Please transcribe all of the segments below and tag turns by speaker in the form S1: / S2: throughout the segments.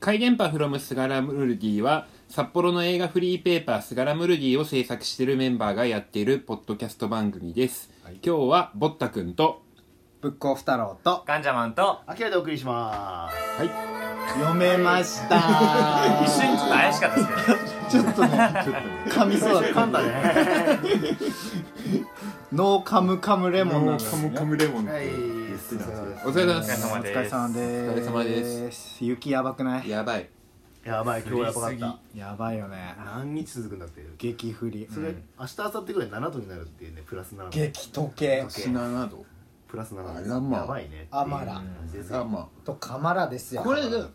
S1: 怪電波 from スガラムルディは札幌の映画フリーペーパースガラムルディを制作しているメンバーがやっているポッドキャスト番組です、
S2: はい
S1: 今日はボッタくんと
S2: ブックオフ太郎と
S3: ガンジャマンと
S4: アキラでお送りしま
S1: はい
S2: 読めました
S3: 一瞬ちょっと怪しかったですけど
S2: ちょっとね噛みそうだったんだねノーカムカムレモンなんですね
S1: ムレモン
S4: す。はい、すいま
S1: お疲れ様
S3: お
S1: で
S3: 疲れ
S1: す
S3: 様
S2: お
S3: で
S2: 疲れ
S3: す
S2: 様で
S1: お疲れ
S2: す
S1: 様
S2: 雪やばくない
S1: やばい
S4: せん。やばい、今日やばかった。
S2: やばいよね
S4: 何日続くんだっていう。
S2: 激降り
S4: それ、明日、明後日ぐらい7度になるっていうね、プラス7度。
S2: 激時計
S4: 時計
S1: 7度
S4: プラス
S1: あ
S4: 7
S1: らま
S4: 度。やばいね。
S2: あまら
S4: です
S1: あま
S2: とカマラです
S1: あ
S2: よ
S1: これが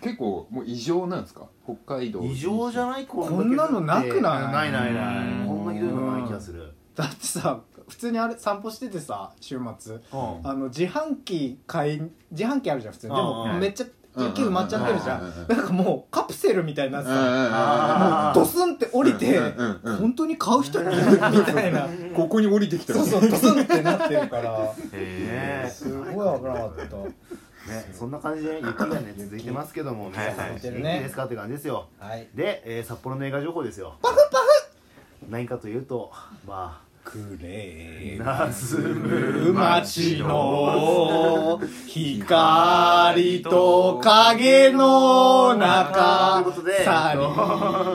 S1: 結構もう異常なんですか北海道
S4: 異常じゃないこだけ
S2: こんなのなくない
S4: ないないな
S1: うん
S4: い。こんなひどいのない気がする。
S2: だってさ普通にあれ散歩しててさ週末
S4: うん
S2: あの自販機買い自販機あるじゃん普通にで
S4: うんうん
S2: も
S4: うん
S2: めっちゃ雪埋まっちゃってるじゃ
S1: うんうんうん
S2: んなんかもうカプセルみたいになって
S1: うんうんうん
S2: さ
S4: あー
S2: ドスンって降りて
S1: うんうんうんうん
S2: 本当に買う人いるみたいな
S1: ここに降りてきた
S2: そうそうドスンってなってるから
S3: へ
S2: すごい危なかった
S4: ね、そんな感じで雪がね続いてますけども、皆さん
S3: はい
S4: 元気
S2: 続いてるね
S4: ですかって感じですよ。
S2: はい
S4: で、えー札幌の映画情報ですよ。パフパフ。何かというと、ま
S2: くれ
S4: あ、ナス
S2: 町の光と影の中さ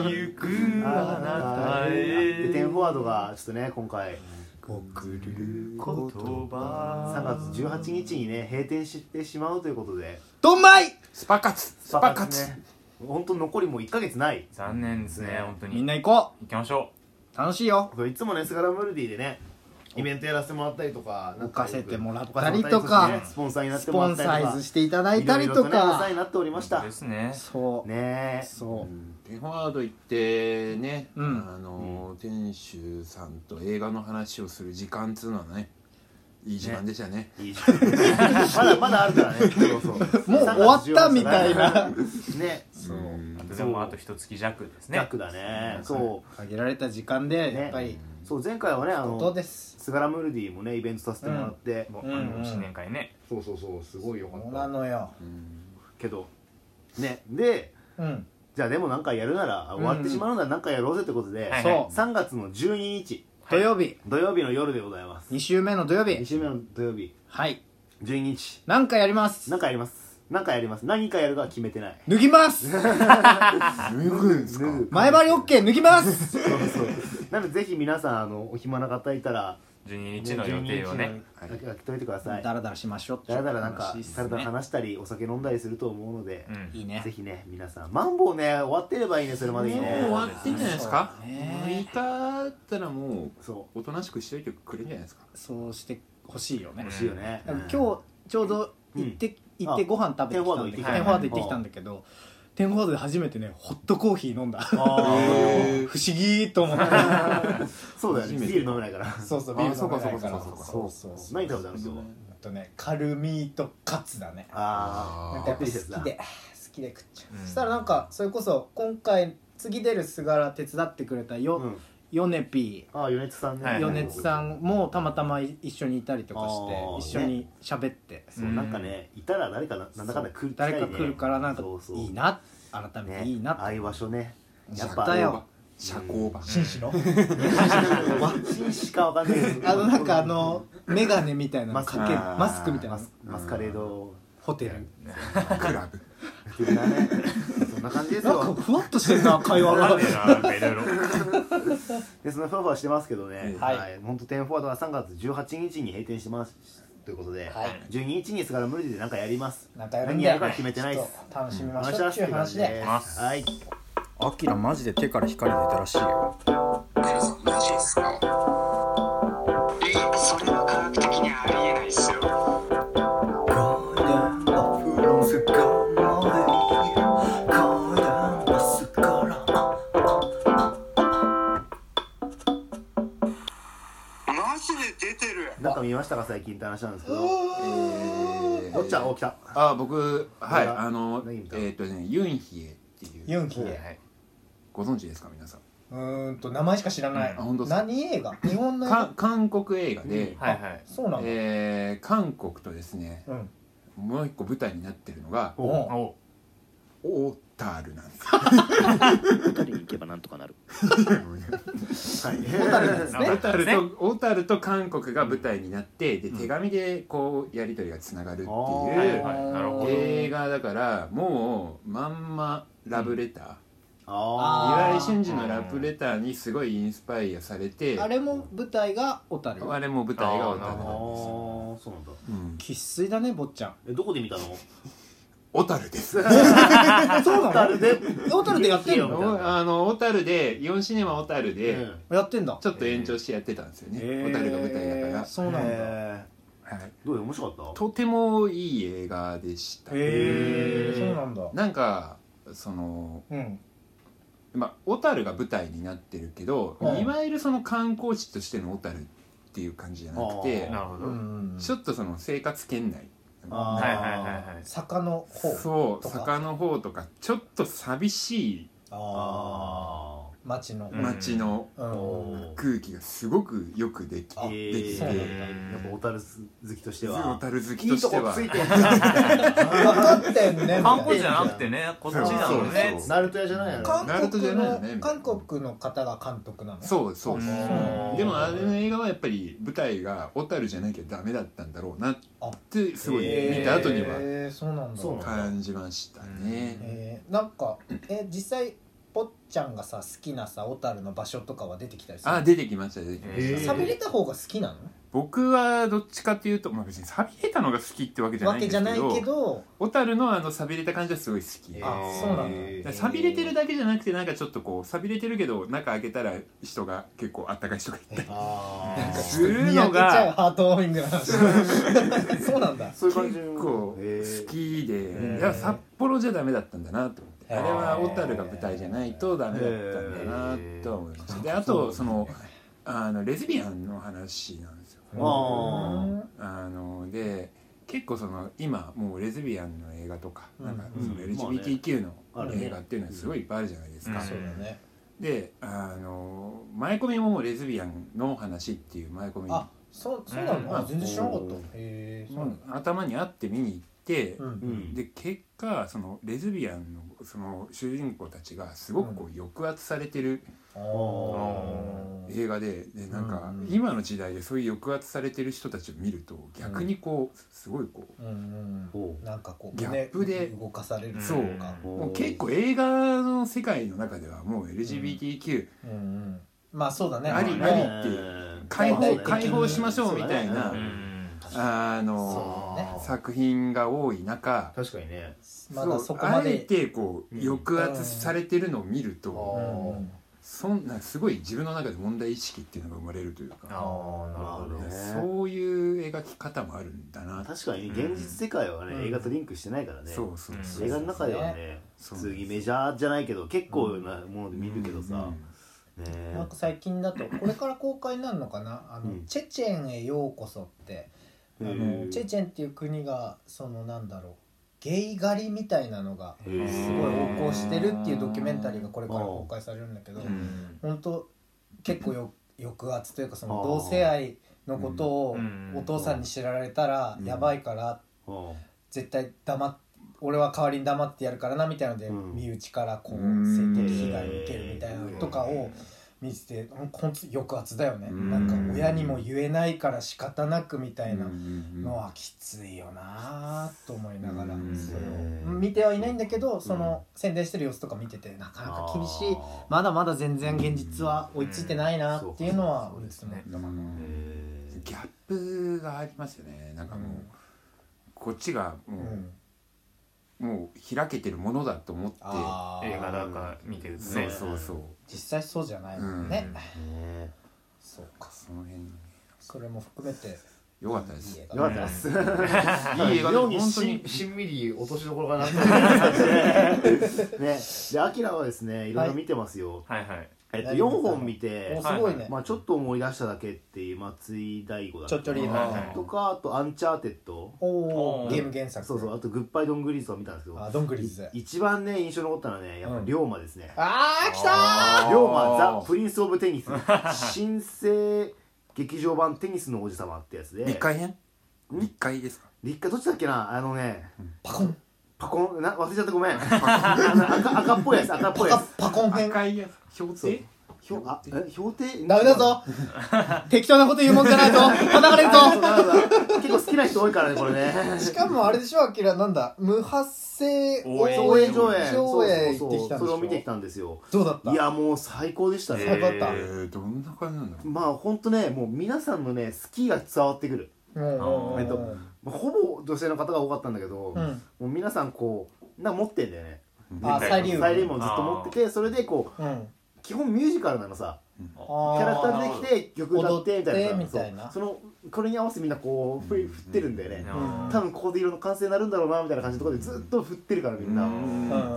S2: りゆく
S4: あなたへでテンフォワードがちょっとね今回
S2: 送る
S4: 3月18日にね閉店してしまうということで
S2: ドンマイ
S1: スパカツスパカツ、
S4: ね本当残りもう1ヶ月ない
S3: 残念ですね本当に
S2: みん
S3: 行
S2: な行こ
S3: きましょ
S2: う楽しいよ
S4: これいつもねスガラムルディでねイベントやらせてもらったりとかなん
S2: 置かせてもらった
S4: お
S2: り
S4: せて
S2: と
S4: もらった
S2: か
S4: りとねスポンサーになっ
S2: ス
S4: ても
S2: ポ
S4: らっ
S2: ン
S4: た
S2: サ
S4: りとか
S2: ーしていただいたり
S4: い
S2: と
S4: ろいろねお世話
S2: か
S4: になっておりまし
S3: う
S4: た
S3: ですね
S2: そ
S4: ね
S2: うそう
S1: テンフォワード行ってね、
S2: うん
S1: あの店主さんと映画の話をする時間っつうのはねいい時間でしたね
S4: えいいじゃんまだまだあるからねそうそ う
S2: もう終わったみたいな
S4: ね
S1: そう
S3: あとでもあと一月弱ですね
S4: 楽だねそう
S2: 限られた時間でやっぱり
S4: そう前回はねあ
S2: こと
S4: の
S2: です
S4: スガラムルディもねイベントさせてもらって、
S3: もう
S2: うん
S3: あ
S2: うん
S3: の新年会ね
S4: そうそうそうすごいよか
S2: そう
S4: っ
S2: な
S4: た
S2: のよ
S4: けどねで
S2: うん
S4: じゃあでもなんかやるならあ終わってしまうならなんかやろうぜってことで、
S3: はい
S2: そう
S4: 3月の12日
S2: 土曜日
S4: 土曜日の夜でございます
S2: 2週目の土曜
S4: 2
S2: 日
S4: 週目の土曜日
S2: はい
S4: 12日
S2: なんかやります
S4: なんかやりますなんかやります何かやるかは決めてない
S2: 脱ぎます
S1: 脱ぐんすか
S4: 脱ぐ
S2: 前張り OK 脱ぎます
S4: そうそうなのでぜひ皆さんあのお暇な方いたら
S3: 12日の予定をね
S4: 12日の開けといてください
S2: ダラダラしましょう
S4: だらだらなんか
S2: 楽しいっす
S4: だらだら
S2: ね
S4: 話したりお酒飲んだりすると思うので、
S3: うん
S2: いいね
S4: ぜひね皆さんマンボウね終わってればいいねそれまでにね
S1: もう終わってんじゃないですか
S2: そう
S1: 6
S2: ね
S1: 日だったらも
S4: そう
S1: うおとなしくしといてくれるんじゃないですか
S2: そうしてほしいよね
S4: 欲しいよね、
S2: 今日ちょうど行って行って
S4: あ
S2: ご飯食べてきたんだけ
S4: テン
S2: ど
S4: フ
S2: テ
S4: ォ
S2: ンフォワード行って
S3: ワード
S4: 行っ
S2: て
S4: き
S2: き
S4: た
S2: たんだけどテンフォワードで初めてねホットコーヒー飲んだ 不
S4: あ
S1: へー
S2: 思議と思って
S4: ーそうだよね
S1: 初めて
S4: ビール飲めないから
S2: そうそう
S1: あ
S2: ビール飲め
S1: そうか
S2: ないから
S1: そうかそ
S2: そう
S1: うか
S2: そうそう
S4: 何食べたの今日
S2: あとねカルミとカツだね
S4: あ
S2: なん
S4: あ
S2: かや
S4: やっ
S2: っぱ
S4: ぱ
S2: 好
S4: りです
S2: き
S4: な
S2: で好きで食っちゃう、
S3: うん
S2: そしたらなんかそれこそ今回次出る菅原手伝ってくれたよ、
S4: うん
S2: ヨネピ
S4: ああ米津さん
S3: は
S4: ね
S3: い
S2: ー米津さんもたまたま一緒にいたりとか
S4: あー
S2: して一緒に喋って、
S4: そうなんかねいたら誰かななんだかんだ来る
S2: 誰か来るからなんか
S4: そうそう
S2: いいな改め
S4: ね
S2: ていいな
S4: ああいう場所ねやっ
S2: 絶対よ
S4: ぱ
S1: 社交場
S2: 紳士の
S4: 紳士かわかんないけど
S2: あのなんかあの眼鏡みたいなのかける
S1: マスク
S2: マスクみたい
S4: マ
S2: な
S4: スマスカレード
S2: ホテル
S1: クラブ
S4: 的 なねそんな感じです
S2: なん
S4: よ
S2: かふわっとしてるな会話
S3: な
S2: が
S3: んでななんかいろいろ
S4: でそのふわふわしてますけどね、
S2: はい
S4: 本当テンフォワードは3月18日に閉店してますということで、
S2: はい
S4: 12日にスガラムルディで何かやります
S2: なんかやるん
S4: 何
S2: で
S4: やるか決めてない
S2: ち
S4: で
S2: ょ
S4: す
S2: っと楽しみまし
S4: 話し
S2: ょう
S4: 合
S2: っ
S4: わ
S2: ていう話
S4: せて感じ
S2: で
S4: で
S3: ます
S4: はい
S5: アキラマジで手から光出たらしいよ
S6: マジっすかえそれは科学的にありえないっすよマジで出てる
S4: なんか見ましたか最近って話なんですけどどっちゃん起きた
S1: あ僕はい
S4: 何が
S1: あの
S4: 何見た
S1: えっとねユンヒエっていう
S2: ユンヒエ
S3: はい
S1: ご存知ですか皆さん
S2: うーんと名前しか知らない、
S1: あ本当っすか
S2: 何映画日本の映
S1: か
S2: 画
S1: 韓国映画で
S3: はいはい
S2: そうなんだ、
S1: えー韓国とですね
S2: うん
S1: もう一個舞台になってるのが
S4: お
S3: お
S1: オータール なんですよ
S7: 取りに行けばなんとか なる
S4: はい
S2: あるんです
S1: オ
S2: ね
S1: ータルとオータルと韓国が舞台になってで手紙でこうやり取りがつながるって
S4: はい
S1: い
S3: は
S1: う
S3: いなるほど
S1: 映画だからもうまんまラブレター
S4: あ
S2: あー
S1: 岩井俊二のラブレターにすごいインスパイアされて
S2: あれも舞台が小樽
S1: あれも舞台がオータル
S4: あ
S1: な
S4: あ
S1: んですよ
S4: ーそうなんだ
S1: うん
S2: 生粋だね 坊ちゃん
S4: えどこで見たの
S1: 小樽です
S2: そうなの
S4: タルで
S2: 小樽でやってんの
S4: いいよ
S1: おあの小樽でイオンシネマ小樽で、
S4: うん
S2: やってんだ
S1: ちょっと延長してやってたんですよね小樽、が舞台だ
S2: えー
S1: か
S2: そうなんだへ
S4: へ
S1: ら、はい、
S4: ーどうよ面白かった
S1: とてもいい映画でした、
S2: えそうなんだ
S1: なんかその
S2: うん
S1: まあ小樽が舞台になってるけど、
S2: はい
S1: いわゆるその観光地としての小樽っていう感じじゃなくて
S4: あ
S3: なるほど、
S2: うん
S1: ちょっとその生活圏内
S4: あー
S3: はいはいはいはい
S2: 坂の方
S1: そう
S2: とか
S1: 坂の方とかちょっと寂しい
S2: ああ
S4: あ
S2: 町の
S3: うん
S1: 街の
S2: う
S4: ー
S2: ん
S4: おー
S1: 空気がすごくよくでき
S2: あ
S1: て
S4: え
S1: き
S4: ー
S1: て
S4: やっぱ小樽好きとして
S1: 小
S4: は
S1: 樽好き
S4: い
S1: と
S4: いと
S1: して
S4: こ
S1: は
S4: ついて
S2: 分かってんねみたいな
S3: 観光地じゃなくてねこっちなのね
S1: そうそう
S4: ナルト屋じゃないやろ
S2: 韓
S1: ナルトじ
S2: 国
S1: ゃないよね
S2: の韓国の方が監督なの
S1: そうそうそう
S3: うん
S1: でもあれの映画はやっぱり舞台が小樽じゃなきゃダメだったんだろうなってすごい見た後には
S2: えーそうなんだ
S4: そうなんだ
S1: 感じましたね
S2: えーなんかえ実際坊っちゃんがさ好きなさ小樽の場所とかは出てきたりする
S1: あ出てきました出てきました
S3: え
S2: 喋れた方が好きな
S1: 僕はどっちかっていうとまあ別に寂れたのが好きってわけじ
S2: の
S1: ゃな
S2: わ
S1: いんで
S2: け
S1: す
S2: じ
S1: け
S2: ゃないけ
S1: ど
S2: ど
S1: 小樽のあの寂れた感じはすごい好き
S4: えー
S2: あそうなんだ
S4: えー
S1: 錆びれてるだけじゃなくてなんかちょっとこう錆びれてるけど中開けたら人が結構あったかい人がいたり
S4: あ
S1: なんか
S4: ー
S1: する
S2: 見
S1: の
S2: 上げちゃう
S1: が
S2: ハートウォーミングな話 そうなんだ
S4: そういう感じ
S1: 結構
S4: えー
S1: 好き
S4: へ
S1: で
S4: ー
S1: いや札幌じゃダメだったんだなと思って
S2: へー
S1: あれは小樽が舞台じゃないとダメだったんだなと思いましたであとそのあのレズビアンの話なんですよ
S4: あー
S1: あので結構その今もうレズビアンの映画とかなんか
S4: うん
S1: その
S4: うん
S1: LGBTQ の
S4: まあね
S1: 映画っていうのはすごいいっぱいあるじゃないです
S3: う
S1: か
S3: ん
S2: そうだね
S1: であの前込みももうレズビアンの話っていう前込み
S2: あそうそうな
S3: うん
S2: のあ全然知らなかった
S4: うん
S2: へえそう
S1: も
S2: なん
S1: う
S2: だ
S1: 頭にあって見に行って、
S2: うん
S4: うん
S1: で結果そのレズビアンのその主人公たちがすごくこう抑圧されてる
S2: あ
S4: ー
S2: ー
S1: 映画ででなんか
S2: うんうん
S1: 今の時代でそういう抑圧されてる人たちを見ると逆にこうすごいこ
S2: うんうん
S4: ほう
S2: なんかこう
S1: ギャップで
S2: 胸動かされる
S1: そう
S2: か
S1: うもう結構映画の世界の中ではもう LGBTQ
S2: うんうんまあそうだね
S1: あり
S2: もう
S1: ありって解
S2: は
S1: 放
S2: い
S1: 解放しましょうみたいな
S3: うん
S1: あ
S2: そ
S1: の
S2: うだね
S1: 作品が多い中
S4: 確かにね
S2: まだそこ
S1: う
S2: ま
S1: あえ
S2: で
S1: てこう
S3: うん
S1: 抑圧されてるのを見ると、
S2: うんうん
S1: そんなすごい自分の中で問題意識っていうのが生まれるという
S3: あ
S1: か、
S3: あなるほど
S4: なるほど
S1: そういう描き方もあるんだな、
S4: 確かにね現実世界はね、
S2: うん
S4: 映画とリンクしてないからね
S1: そうそうそう
S4: 映画の中ではね
S1: そ
S4: 普
S1: う
S4: 通にメジャーじゃないけど結構なもので見るけどさ、ねえ
S2: なんか最近だとこれから公開になるのかな「あの
S4: うん
S2: チェチェンへようこそ」ってあ
S4: へ
S2: の
S4: ー
S2: チェチェンっていう国がそのなんだろうゲイ狩りみたいなのが
S4: へー
S2: すごい横行してるっていうドキュメンタリーがこれから公開されるんだけど
S1: うん
S2: 本当結構よ抑圧というかその
S4: あー
S2: 同性愛のことを
S3: うん
S2: お父さんに知られたら
S1: うん
S2: やばいから
S4: うん
S2: 絶対黙っ俺は代わりに黙ってやるからなみたいので
S4: うん
S2: 身内からこう
S1: うん
S2: 性的被害を受けるみたいなのとかを見ててほんほんと抑圧だよね
S1: うん
S2: なんか親にも言えないから仕方なくみたいな
S1: うん
S2: のはきついよなと思いながら
S1: うん
S2: それを見てはいないんだけどその宣伝してる様子とか見ててなかなか厳しい
S4: あー
S2: まだまだ全然現実は追いついてないなっていうのは
S4: うんそうですね
S1: でもあの
S4: へー
S1: ギャップがありますよねなんかもう、
S2: うん
S1: こっちが
S2: う
S1: も
S2: ん
S1: う,、もう開けてるものだと思って
S2: あー
S3: 映画なんか見てると
S1: そ
S3: ね
S1: うそうそう、
S2: 実際そうじゃないもんね
S4: ね
S2: そうか
S1: その辺のね
S2: それも含めて
S1: 良かったです
S2: いい映
S4: えよかったです
S1: いい映画で
S4: 妙
S1: 本
S4: に
S1: 当
S4: し
S1: に
S4: んしんみり落としどころかなと思ってねでアキラはですねいろいろ見てますよ、
S3: はいはい
S4: えっと4本見て
S2: おすごいね
S4: まあちょっと思い出しただけっていう松井大吾だっ
S2: ち
S4: け
S2: ょっとリー
S3: はい
S2: ダ
S3: は
S2: ー
S3: い
S4: とかあとアンチャーテッド
S2: お
S3: お
S2: お
S3: ー
S2: ゲーム原作
S4: そうそうあとグッバイドングリーズを見たんですけど
S2: あドングリーズ
S4: 一番ね印象に残ったのはねやっぱ龍馬ですね、
S2: あー来た
S4: 龍馬ザ・プリンス・オブ・テニス新生劇場版テニスの王子様ってやつで
S1: 立海編立海ですか
S4: 立夏どっちだっけなあのね
S2: ーパコン
S4: パコンな忘れちゃったごめん赤赤っぽいやつ赤っぽいや
S2: パパコン編
S1: 赤いやつ標定
S4: つひょあえ氷定
S2: ダメだ ぞ適当なこと言うもんじゃないぞ叩かれる
S4: あ そ
S2: ぞ
S4: うダメだ結構好きな人多いからねこれね
S2: しかもあれでしょアキラなんだ無発声
S3: 応援
S4: 上映
S2: 上
S4: 上映
S2: 映
S4: そう
S2: 行って
S4: そう
S2: き
S4: そ
S2: た
S4: う
S2: で
S4: んそれ
S2: し
S4: を
S2: ょ
S4: 見てきたんですよ
S2: どうだった
S4: いやもう最高でしたね、
S2: 最 高だった
S1: え
S3: え
S1: ー、どんな感じなんだろう
S4: まあ本当ねもう皆さんのね好きが伝わってくる
S2: うんうんうん
S4: えっとまあほぼ女性の方が多かったんだけど、
S2: うん
S4: もう皆さんこうなんか持ってんだよね
S2: あサイリウム
S4: サイリウムをずっと持っててそれでこ
S2: うん
S4: う基本ミュージカルなのさ
S2: キ
S4: キ
S2: ャ
S4: ャラクター出てきて曲歌ってみたい
S2: 踊
S4: な
S2: ってみたいな
S4: そうそのこれに合わせてみんなこう振り振ってるんだよね
S2: うん
S4: 多分ここで色の完成になるんだろうなみたいな感じのところでずっと振ってるからみんな
S2: う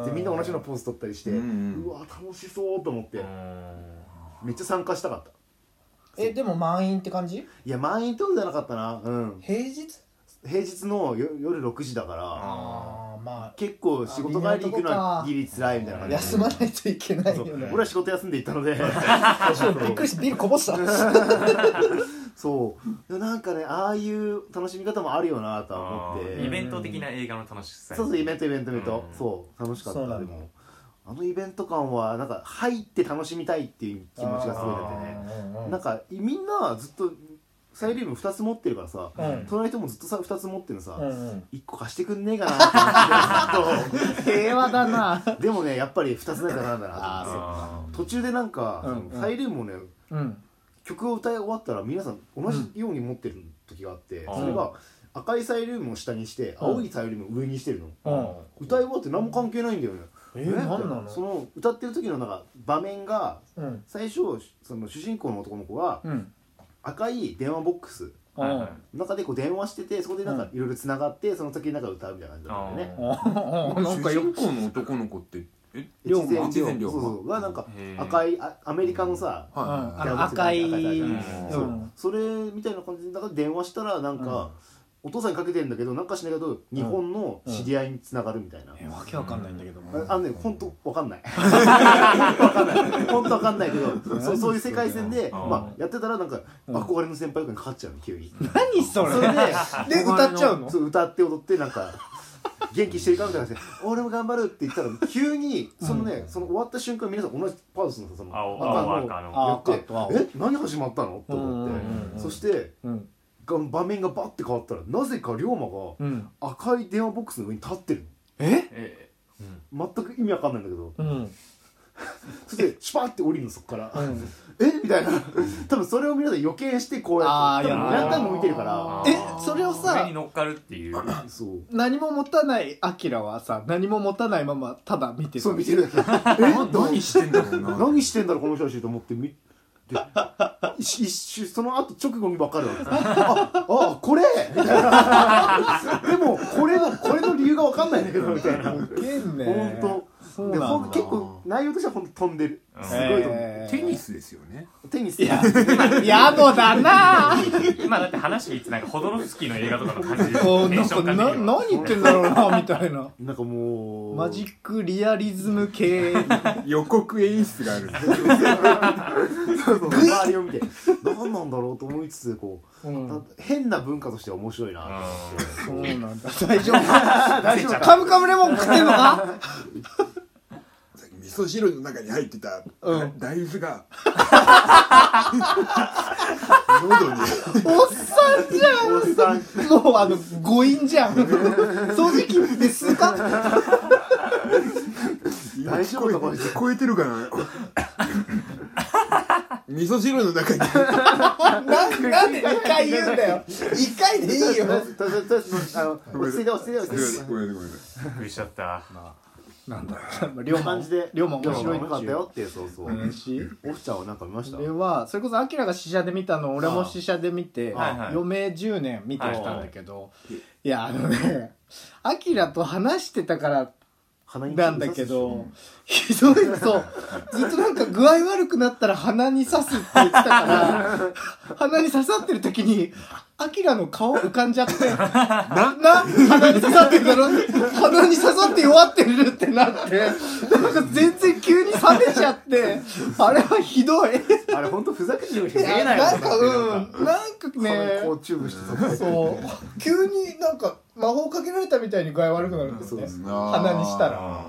S2: ん
S4: でみんな同じようなポーズ取ったりして
S1: うん
S4: うわ楽しそうと思ってめっちゃ参加したかった
S2: えでも満員って感じ
S4: いや満員ってことじゃなかったなうん
S2: 平日
S4: 平日のよ夜6時だから
S2: ああま
S4: 結構仕事帰り行くのはギリ辛いみたいな
S2: あ
S4: 感じ
S2: 休まないといけない
S4: そ う
S2: よね
S4: 俺は仕事休んで行ったので
S2: そうびっくりしてビールこぼ した
S4: そうでもなんかねああいう楽しみ方もあるよなとは思っ
S3: イ
S4: て
S3: ベント的な映画の楽しさ
S4: そうそうイベントイベントイベント
S3: うん
S4: そう楽しかっ
S2: そう
S4: た
S2: なん
S4: で
S2: だ
S4: もあのイベント感はなんか入って楽しみたいっていう気持ちがすごい出てね
S2: うんう
S4: なん
S2: ん
S4: かみんなずっとサイリウム2つ持ってるからさ
S2: うん
S4: 隣の人もずっとさ2つ持ってるの
S2: う
S4: さ
S2: んうん
S4: 1個貸してくんねえかなって思って ずっ
S2: 平和だな
S4: とでもねやっぱり2つないかなんだなと思って
S3: あ
S4: 途中でなんか
S2: うんうん
S4: サイリウムをね
S2: うん
S4: 曲を歌い終わったら皆さん同じように持ってる時があって、
S3: うん
S4: それが赤いサイリウムを下にして
S2: うん
S4: 青いサイリウムを上にしてるの、
S2: うん
S4: 歌い終わって何も関係ないんだよね、
S2: え
S4: え
S2: ー
S4: ー
S2: 何な
S4: そ
S2: の
S4: の歌ってる時のなんか場面が
S2: うん
S4: 最初その主人公の男の子が
S2: うん
S4: 赤い電話ボックス
S3: ーはいはい
S4: の中でこう電話しててそこでなん
S2: う
S4: かいろいろつながってその先になんか歌うみたいな感じだったんだよね
S2: う
S3: あ
S2: ん
S1: 主人公の男の子ってえ
S2: 龍馬
S4: 越
S1: 越
S4: 前
S1: 前龍
S4: 龍馬
S1: 馬
S4: そうそうがなんか
S3: へー
S4: 赤いあアメリカのさ、
S2: うんあ
S1: は
S2: の赤い
S4: 赤い赤い
S2: うん
S4: そうそれみたいな感じでなんか電話したらなんか、お父さんにかけてんだけどなんかしないけど日本の知り合いにつながるみたいな、
S2: えわけわかんないんだけども
S4: ああのね本当わか んないわかんない本当わかんないけどそうそういう世界線で、
S3: うん
S4: まあ、やってたらなんか憧れの先輩とかにかかっちゃうの急に
S2: 何それ
S4: それで
S2: で歌っちゃうの
S4: そう歌って踊ってなんか元気してるかみたいな感じで「俺も頑張る」って言ったら急にそのね、その終わった瞬間皆さん同じパートするのさその
S3: 青青赤の
S4: やって
S2: 青赤
S4: 「え何始まったの?」と思って、
S2: うんうんうん
S4: そして
S2: うん
S4: が場面がバッて変わったらなぜか龍馬が
S2: うん
S4: 赤い電話ボックスの上に立ってる
S3: え
S4: の全く意味わかんないんだけど
S2: うん
S4: そしてシュパーって降りるのそっから
S2: う
S4: 「
S2: ん
S4: えみたいな多分それを皆さん予見してこうや
S2: あ
S4: っ
S2: ー
S4: て多
S2: や
S4: 分
S2: だ
S4: 何回も見てるから
S3: あ
S2: えそれをさ
S3: 上に乗っかるっていう
S4: そう
S2: 何も持たないアキラはさ何も持たないままただ見てた
S4: そう見てるだけ
S1: いな何してんだろうな
S4: 何してんだろうこの人たちと思ってみで一一瞬その後直後に分かるわ けですああこれみたいな でもこれのこれの理由が分かんないんだけどみたいな
S2: ウケんね
S4: 本
S2: そ
S4: 当
S2: う
S4: で
S2: な
S4: ほ
S2: ん
S4: ん
S2: だ
S4: 結構内容としては本当飛んでる
S3: うん
S4: すごい飛んでる、
S1: テニスですよね
S4: テニス
S2: やぼだな
S3: 今だって話聞いてなんかホドロフスキーの映画とかの感じで
S2: こう
S3: テ
S2: な
S3: ン
S2: ん
S3: ショ
S2: か
S3: ン感
S2: な何
S3: 的には
S2: 言ってんだろうなみたいな
S4: なんかもう
S2: マジックリアリズム系
S1: 予告演出がある
S4: そうそう周りを見て 何なんだろうと思いつつこ
S2: う
S4: う、なん
S2: ん
S4: か変な文化としては面白いな
S2: そうなんだ 大丈夫
S4: 大丈夫
S2: カムカムレモン食ってんのか
S1: 味噌汁の中に入ってた
S2: うん
S1: 大豆が喉に
S2: おっさんじ
S4: おっさん
S2: ゃんもうあの誤飲じ ゃん掃除機って数か
S1: 今
S4: 大丈夫かこれ
S1: 聞こえてるかな味噌汁の中に
S2: なんなんで2回言うんだよ1回でいいよ
S4: とりあえずとりあえずあの 落ち着いて落ち着いて落ち着いて
S1: ごめんなさいごめんなさ
S3: びっくりしちゃった
S2: なんだ龍馬
S4: 感じで
S2: 龍馬面白い
S4: 面白かったよっていうそうそう
S2: 嬉しい
S4: オフちゃんはなんか見ました
S2: 俺はそれこそアキラが試写で見たの俺も試写で見て
S3: はいはい
S2: 余命10年見てきたんだけどいやあのねアキラと話してたから
S4: 鼻に
S2: なんだけどひどいそうずっとなんか具合悪くなったら鼻に刺すって言ってたから鼻に刺さってる時にアキラの顔浮かんじゃってな鼻に刺さってるだろ鼻に刺さって弱ってるってなってなんか全然急に冷めちゃってあれはひどい
S4: あれ本当ふざけてるように見えない
S2: なんかう
S4: なん
S2: んなんかね
S4: こうチューブしてたそう
S2: そう急になんか魔法かけられたみたいに具合悪くなるんですね鼻にしたら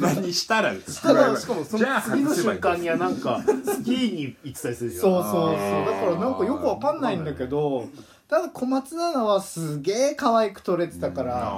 S1: 鼻にしたらです
S4: ただしかもそ
S1: じゃ
S4: の
S1: あ
S4: 次の
S1: 外せばい
S4: 瞬
S1: い
S4: 間にはなんかスキーに行ってたりするじゃん
S2: そうそうそうだからなんかよくわかんないんだけどただ小松菜奈はすげえ可愛く撮れてたから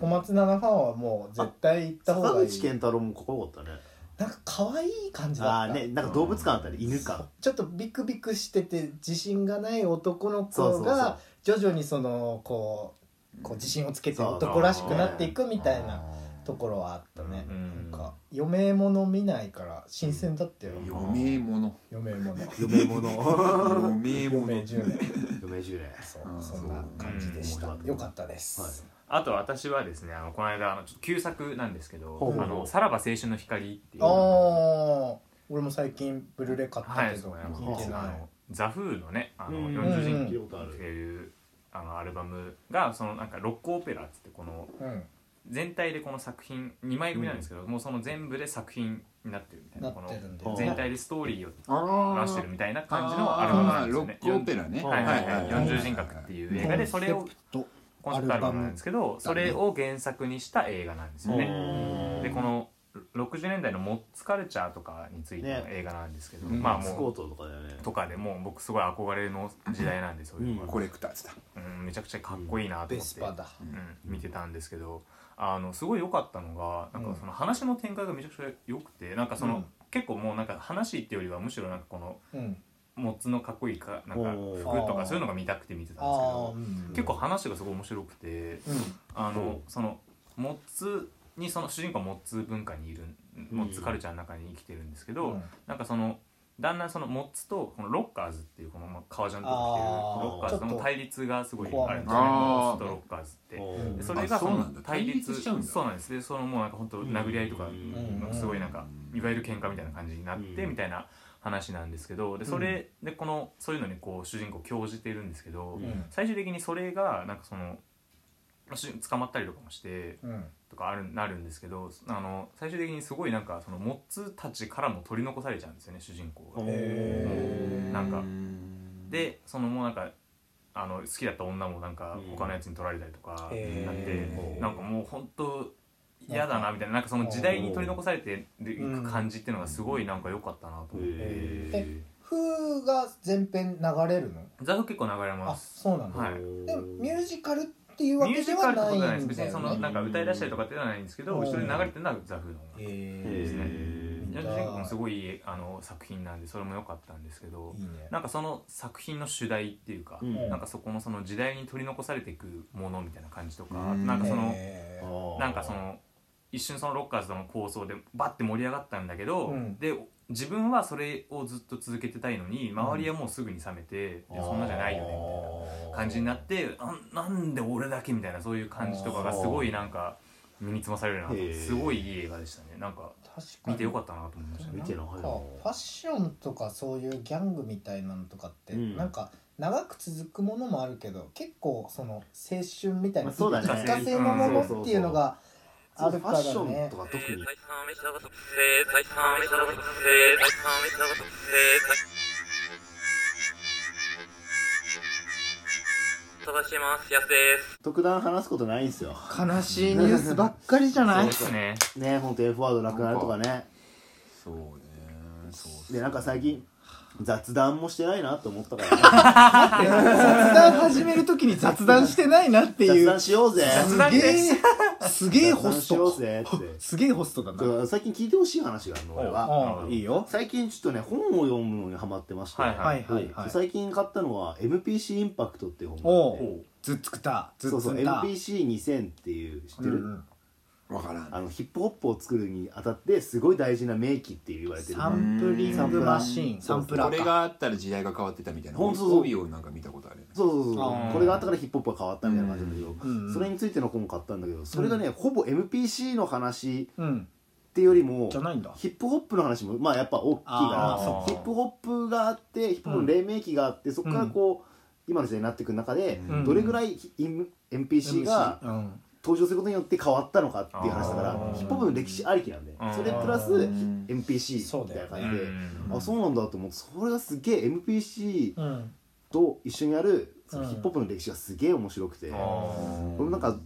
S2: 小松菜奈ファンはもう絶対行った方
S4: 坂
S2: がいい
S4: 口健太郎もここよかったね
S2: なんか可愛い感じだっ
S4: ああ
S2: た、
S4: ねなんか動物館あったり犬か
S2: ちょっとビクビクしてて自信がない男の
S4: そう
S2: 子
S4: そうそう
S2: が徐々にそのこうこう自信をつけて男らしくなっていくみたいなところはあったね、
S3: うん
S2: なんか余命もの見ないから新鮮だったよ
S1: 余命者
S2: 余命もの
S4: 嫁物
S1: 余命
S2: 余命
S1: 者
S2: 10年
S4: 嫁十年
S2: そうそんな感じでした、
S4: うん
S2: よかったです、
S4: はい
S3: あと私はですねあのこの間あのちょっと旧作なんですけど
S4: ほ
S3: 「
S4: う
S3: あのさらば青春の光」っていう
S2: あ
S3: は
S2: あ俺も最近ブルーレイ買った
S3: い
S2: け
S3: そ
S2: ど、
S3: うねあ
S2: 聞いてない、
S3: のザ・フーのねあの
S4: うん
S3: 40人
S4: 聞いたことある
S3: っていうあのアルバムがそのなんかロックオペラっつってこの
S2: うん、
S3: 全体でこの作品2枚組なんですけど、もうその全部で作品になってるみたいな
S2: なってるんで
S3: この全体でストーリーを
S1: あ
S3: 話してるみたいな感じのアルバムな
S1: あ
S3: ん
S1: ー
S3: です
S1: ロ
S3: よ
S1: ッ
S3: ね。
S1: クオペラね
S3: はいはい
S1: は
S3: はいい、
S1: はい
S3: 40人格っていう映画でそれを
S2: と
S3: コンセプトアルバムなんですけどそれを原作にした映画なんですよね。でこの60年代のモッツカルチャーとかについての映画なんですけど、
S1: ね
S3: まあ
S4: スコー
S3: も
S4: トとかだよね
S3: うとかでもう僕すごい憧れの時代なんでそういうのが
S1: コレクターズだ
S3: うん、めちゃくちゃかっこいいなと
S2: ベ
S3: 思っ
S2: ス
S3: て、
S2: パだ
S3: うん、見てたんですけどあのすごい良かったのがなんかその話の展開がめちゃくちゃ良くてなんかその、
S2: うん
S3: 結構もうなんか話っていうよりはむしろなんかこの
S2: うん
S3: モッツのかっこいいかなんか
S4: おー
S3: 服とかそういうのが見たくて見てたんですけ
S2: ああ
S3: ど
S2: うん
S3: 結構話がすごい面白くて
S2: う
S3: あの
S4: お
S3: そのモッツにその主人公はモッツ文化にいるモッツカルチャーの中に生きてるんですけど、
S2: ん
S3: なんかそのだんだんそのモッツとこのロッカーズっていうこのまあ革ジャンとか着てる
S2: あ
S4: ー
S3: ロッカーズとの対立がすごい
S2: ちょっと
S3: あるんですよねモッツとロッカーズって。
S4: お
S3: で
S4: ー
S3: それがそ
S1: あそう
S3: の
S1: なんだ
S3: 対立
S1: 対立しちゃうんだ
S3: そうなんですでそのもうなんか本当殴り合いとか
S4: うん
S3: なんかすごいなんかいわゆる喧嘩みたいな感じになって
S4: うん
S3: みたいな話なんですけどでそれでこのそういうのにこう主人公興じてるんですけど
S2: ん
S3: 最終的にそれがなんかそのまあ主人捕まったりとかもして
S2: うん
S3: とかあるなるんですけどあの最終的にすごいなんかそのモッツたちからも取り残されちゃうんですよね主人公が。
S2: へ
S3: なんか
S1: うん
S3: でそのもうなんかあの好きだった女もなんか
S4: うん
S3: 他のやつに取られたりとかなって、
S2: へー
S3: なんかもう本当嫌だなみたいななんかその時代に取り残されてい
S2: うん
S3: く感じっていうのがすごいなんか良かったなと思って、
S4: へ
S2: 風が全編流れるの
S3: ザフ結構流れ
S2: あ
S3: ます
S2: そうなんだ、
S3: はい
S2: でもミュー
S4: ジ
S2: ジカルっていうわ
S3: ミュ
S2: け
S3: ー
S2: で
S3: ジカ
S2: は
S3: ルって
S2: な
S3: こ
S2: いん
S3: とじゃ
S2: だ
S3: ない
S2: よ
S3: です別にその
S2: ね
S3: なんか歌い出したりとかっていうのはないんですけ
S2: う
S3: ど
S2: ん
S3: 後ろに流れてるのはザフの方なんで
S2: へ
S3: す
S2: え
S3: ね
S4: へ
S3: ジャンジェンコもすごいいいあの作品なんでそれも良かったんですけど
S2: いいね
S3: なんかその作品の主題っていうか、
S4: うん
S3: なんかそこのその時代に取り残されていくものみたいな感じとか、
S1: うん
S3: なんかその
S2: へー
S3: なんかその一瞬そのロッカーズとの構想でバッて盛り上がったんだけど、
S2: うん
S3: で自分はそれをずっと続けてたいのに周りはもうすぐに冷めて、いやそんなじゃないよねみたいな感じになってあなんで俺だけみたいなそういう感じとかがすごいなんか身につまされるなと思って
S4: へー
S3: すごいいい映画でしたねなんか
S2: 確かに
S3: 見てよかったなと思いましたね
S4: 見てない
S2: なんかファッションとかそういうギャングみたいなのとかって、
S4: うん
S2: なんか長く続くものもあるけど結構その青春みたいな
S4: まあそうだね
S2: ピカピカ性のものっていうのがある
S4: フ
S2: か
S4: ァ
S2: ら
S4: ッション
S2: ね
S4: とか特に
S8: 探します、安です。
S4: 特段話すことないんですよ
S2: 悲しいニュースばっかりじゃない
S3: そうですね
S4: ね本当 F ワードなくなるとかね
S1: そうねそうっす
S4: でなんか最近雑談もしてないなと思ったから
S2: 雑談始めるときに雑談してないなって
S4: 雑
S2: いう
S4: 談しようぜ
S2: すげえすげえ
S4: 雑
S2: ホ
S4: 談
S2: ス
S4: しよ
S2: ト
S4: うぜっ て
S2: すげえホストだな
S4: 最近聞いてほしい話があるの俺は
S2: うんいいよ
S4: 最近ちょっとね本を読むのにハマってまして
S3: はい
S2: はいはいはい
S4: 最近買ったのは MPC インパクトっていう
S2: お
S4: 本
S2: うずっつくたずっ
S4: そう
S2: つ
S4: そう
S2: くた
S4: MPC2000 っていう知って
S2: うんう
S4: る、
S2: ん
S1: わからん
S4: あのヒップホップを作るにあたってすごい大事な名機って言われてる
S2: サンプリングマシーンサ
S4: サ
S2: ン
S4: ン
S2: プ
S4: プ
S2: ラ
S1: こ
S2: ー
S1: れ
S2: か
S1: があったら時代が変わってたみたいな
S4: ほんとそう
S1: 帯をなんか見たことあるよね
S4: そうそうそ
S2: あー
S4: うこれがあったからヒップホップが変わったみたいな感じなんだけど、
S2: んうん
S4: それについての本を買ったんだけどそれがね、ほぼ MPC の話
S2: うん
S4: っていうよりも
S2: じゃないんだ
S4: ヒップホップの話もまあやっぱ大きいか
S2: あー
S4: ら
S3: そう
S4: ヒップホップがあってヒップホップの黎明期があってそこからこう、今の時代になってくる中で、
S2: うん
S4: どれぐらいイン NPC が
S2: うん
S4: 登場することによって変わったのかっていう話だから
S3: あー
S4: ヒップホップの歴史ありきなんで
S3: うん
S4: それプラス
S1: うん
S4: NPC
S2: そう
S4: みた
S2: だ
S4: いな
S2: よね
S4: 感じで、あそうなんだと思ってそれがすげえ NPC
S2: うん
S4: と一緒にやるその
S2: うん
S4: ヒップホップの歴史がすげえ面白くて、
S3: あ
S4: 俺もなんか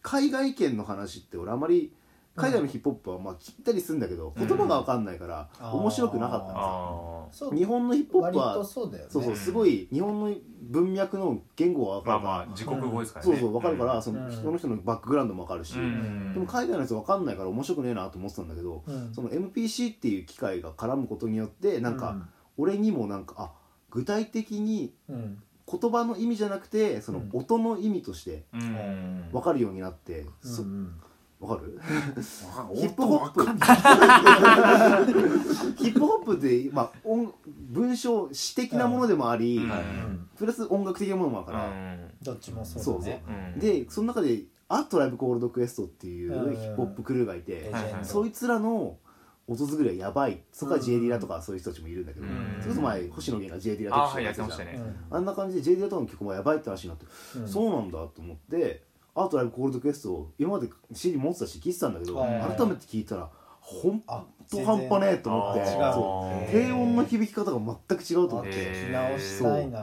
S4: 海外圏の話って俺あまり海外のヒップホップはまあ聞いたりするんだけど、
S3: うん
S4: 言葉が分かんないから
S2: うん
S4: 面白くなかったんですよ
S3: あ
S2: そう
S4: 日本のヒップホッ
S2: 割
S4: プは
S2: とそうだよね
S4: そうそうすごい日本の文脈の言語は分か
S3: まあ
S4: るから、
S3: まあ自国語ですからね
S4: そうそう分かるから、その
S2: うん
S4: 人の人のバックグラウンドも分かるし、
S3: うん
S4: でも海外の人分かんないから面白くねえなと思ってたんだけど、
S2: うん
S4: その MPC っていう機会が絡むことによってな
S2: う
S4: んか俺にもなんかあ具体的に
S2: うん
S4: 言葉の意味じゃなくてそうの
S2: ん
S4: 音の意味として
S3: うん
S4: 分かるようになって、
S2: うん
S4: そ分かるヒ
S5: ヒ
S4: ップホップヒップホップって、まあ、音文章詩的なものでもあり、
S3: うん
S4: プラス音楽的なものもあるから、
S2: どっちもそう
S4: そ
S2: だ
S4: うそう
S2: ね
S3: うん
S4: でその中で「アットライブコールドクエスト」っていう
S2: うん
S4: ヒップホップクルーがいて、
S3: はいはい
S4: そいつらの音作りはやばいそこは JD ラとかそういう人たちもいるんだけど、
S3: うん
S4: それこそ前星野源が JD ラ
S3: あ
S4: 特
S3: はい
S4: 集
S3: や
S4: や
S3: っ
S4: ってた
S3: まし
S4: じ
S3: た
S4: ゃん
S3: ね
S4: あんな感じで JD ラとの曲もやばいって話になって、
S2: うん
S4: そうなんだと思って「アートライブコールドクエスト」を今まで CD 持ってたし聴いてたんだけど
S2: はい
S4: 改めて聴いたら本
S2: あ
S4: 当半端ねえと思って
S2: 違
S3: あ
S2: う
S4: そう
S3: ー
S4: 低音の響き方が全く違うと思
S2: あ
S4: って
S2: 聞
S3: へ
S2: き
S3: ー
S2: 直したいな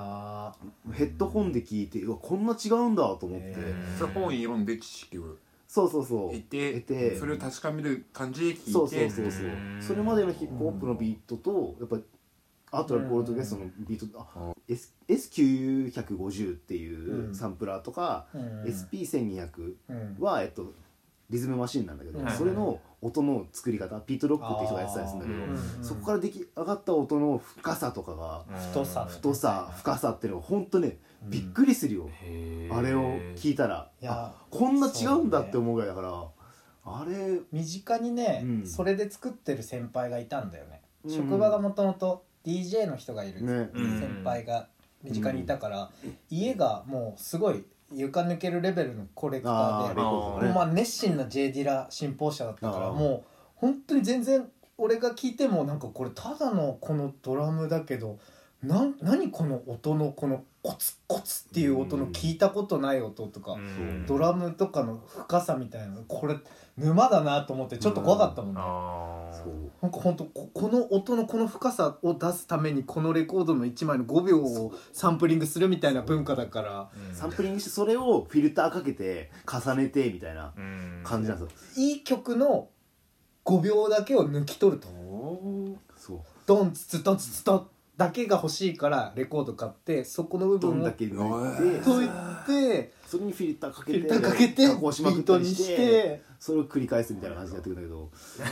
S4: ヘッドホンで聴いてうわこんな違うんだと思って、
S2: へ
S1: それ本読んで知識を
S4: そうそうそう
S1: 得て
S4: 得て
S1: それを確かめる感じで
S4: そ
S1: 聞
S4: う
S1: い
S4: そ
S1: て
S4: うそうそう
S3: うん
S4: それまでのヒップホップのビートとやっぱアートラブ・ゴールド・ゲストのビートあ S- S950 っていううんサンプラーとか、
S2: うん
S4: SP1200
S2: うん
S4: は、えっと、リズムマシンなんだけど、
S2: うん
S4: それの音の作り方ピート・ロックっていう人がやってたりするんだけど、
S3: あー
S2: うん
S4: そこから出来上がった音の深さとかが
S2: 太さ
S4: 太さ深さっていうのが本当ね
S2: うん
S4: びっくりするよ、
S3: へー
S4: あれを聞いたら
S2: いや
S4: こんな違うんだって思うぐらいだから、あれ
S2: 身近にね、
S4: うん
S2: それで作ってる先輩がいたんだよね、
S4: うん
S2: 職場がもともと DJ の人がいる
S4: ね
S3: うん
S2: 先輩が身近にいたから、家がもうすごい床抜けるレベルのコレクタ
S4: あーレ
S2: ーで
S4: コード
S2: もう
S4: ね
S2: まあ熱心な J ・ディラ信奉者だったか
S4: あ
S2: ら
S4: ー
S2: もう本当に全然俺が聞いてもなんかこれただのこのドラムだけどなん何この音のこのコツコツっていう音の聞いたことない音とか、
S3: うん
S2: ドラムとかの深さみたいなこれ沼だなと思ってちょっと怖かったもんね、
S3: あー
S4: そう
S2: なんか本当ここの音のこの深さを出すためにこのレコードの1枚の5秒をサンプリングするみたいな文化だから
S3: うん
S4: サンプリングしてそれをフィルターかけて重ねてみたいな
S3: うん
S4: 感じなんですよ、
S2: いい曲の5秒だけを抜き取ると
S4: そう
S2: ドンツツドンツツドンだけが欲しいからレコード買ってそこの部
S4: どん
S2: 分を
S4: だけ抜いて
S2: 解いて
S4: それにフィルターか
S2: フ
S4: け
S2: ィ
S4: て
S2: ルターかけてビ
S4: 加工しまく
S2: ー
S4: った
S2: ト
S4: り
S2: に
S4: して
S2: して
S4: それを繰り返すみたいな感じになってくるんだけど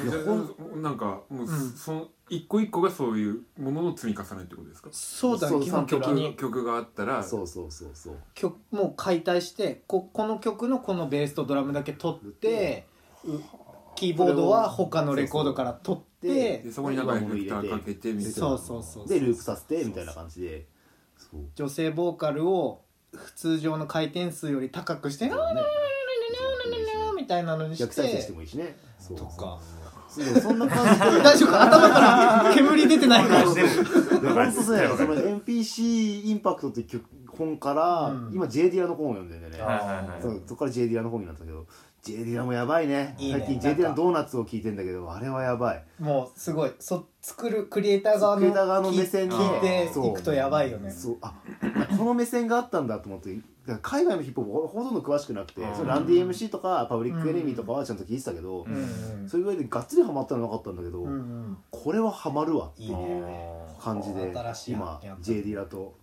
S1: じゃあなんかもう、
S2: ん
S1: その一個一個がそういうものの積み重ねってことですか
S2: そうだ
S4: そ
S2: ね
S4: う
S2: 基本的
S4: サンプ
S2: に
S1: 曲曲があったら
S4: そうそうそうそう
S2: 曲もう解体してここの曲のこのベースとドラムだけ取ってうキーボードは他のレコードから取って
S1: でそこになんかエフェクターかけてみたいな
S2: そうそうそう
S4: でループさせてみたいな感じでそう
S2: 女性ボーカルを通常の回転数より高くして「
S4: そうね
S2: みたいなのにして
S4: 逆再生してもいいしねそう
S2: とか
S4: そうそんな感じで
S2: 大丈夫か頭から煙出てないから
S4: いや本当そうだよその NPC インパクトっていう曲本から、
S2: うん
S4: 今 J ・ディラの本を読んでんだよね、
S3: はいはいはい
S4: そうそこから J ・ディラの本になったけど J ・ディラもやばいね
S2: いいね
S4: 最近 J ・ディラのドーナツを聞いてんだけどあれはやばい
S2: もうすごいそ作るクリエイター側の
S4: クリエイター側の目線で
S2: 聞いて
S4: そう
S2: いくとやばいよね
S4: そうあこの目線があったんだと思ってだから海外のヒップホップほとんど詳しくなくて
S3: うん
S4: そのランディ MC とかパブリック・エレミーとかはちゃんと聞いてたけど、
S2: うんうん
S4: それぐらいでがっつりハマったのなかったんだけど、
S2: うんうん
S4: これはハマるわって
S2: い
S4: い
S2: いうね
S4: 感じで
S2: 新しい
S4: 今
S2: 発見あった
S4: J ・ディラと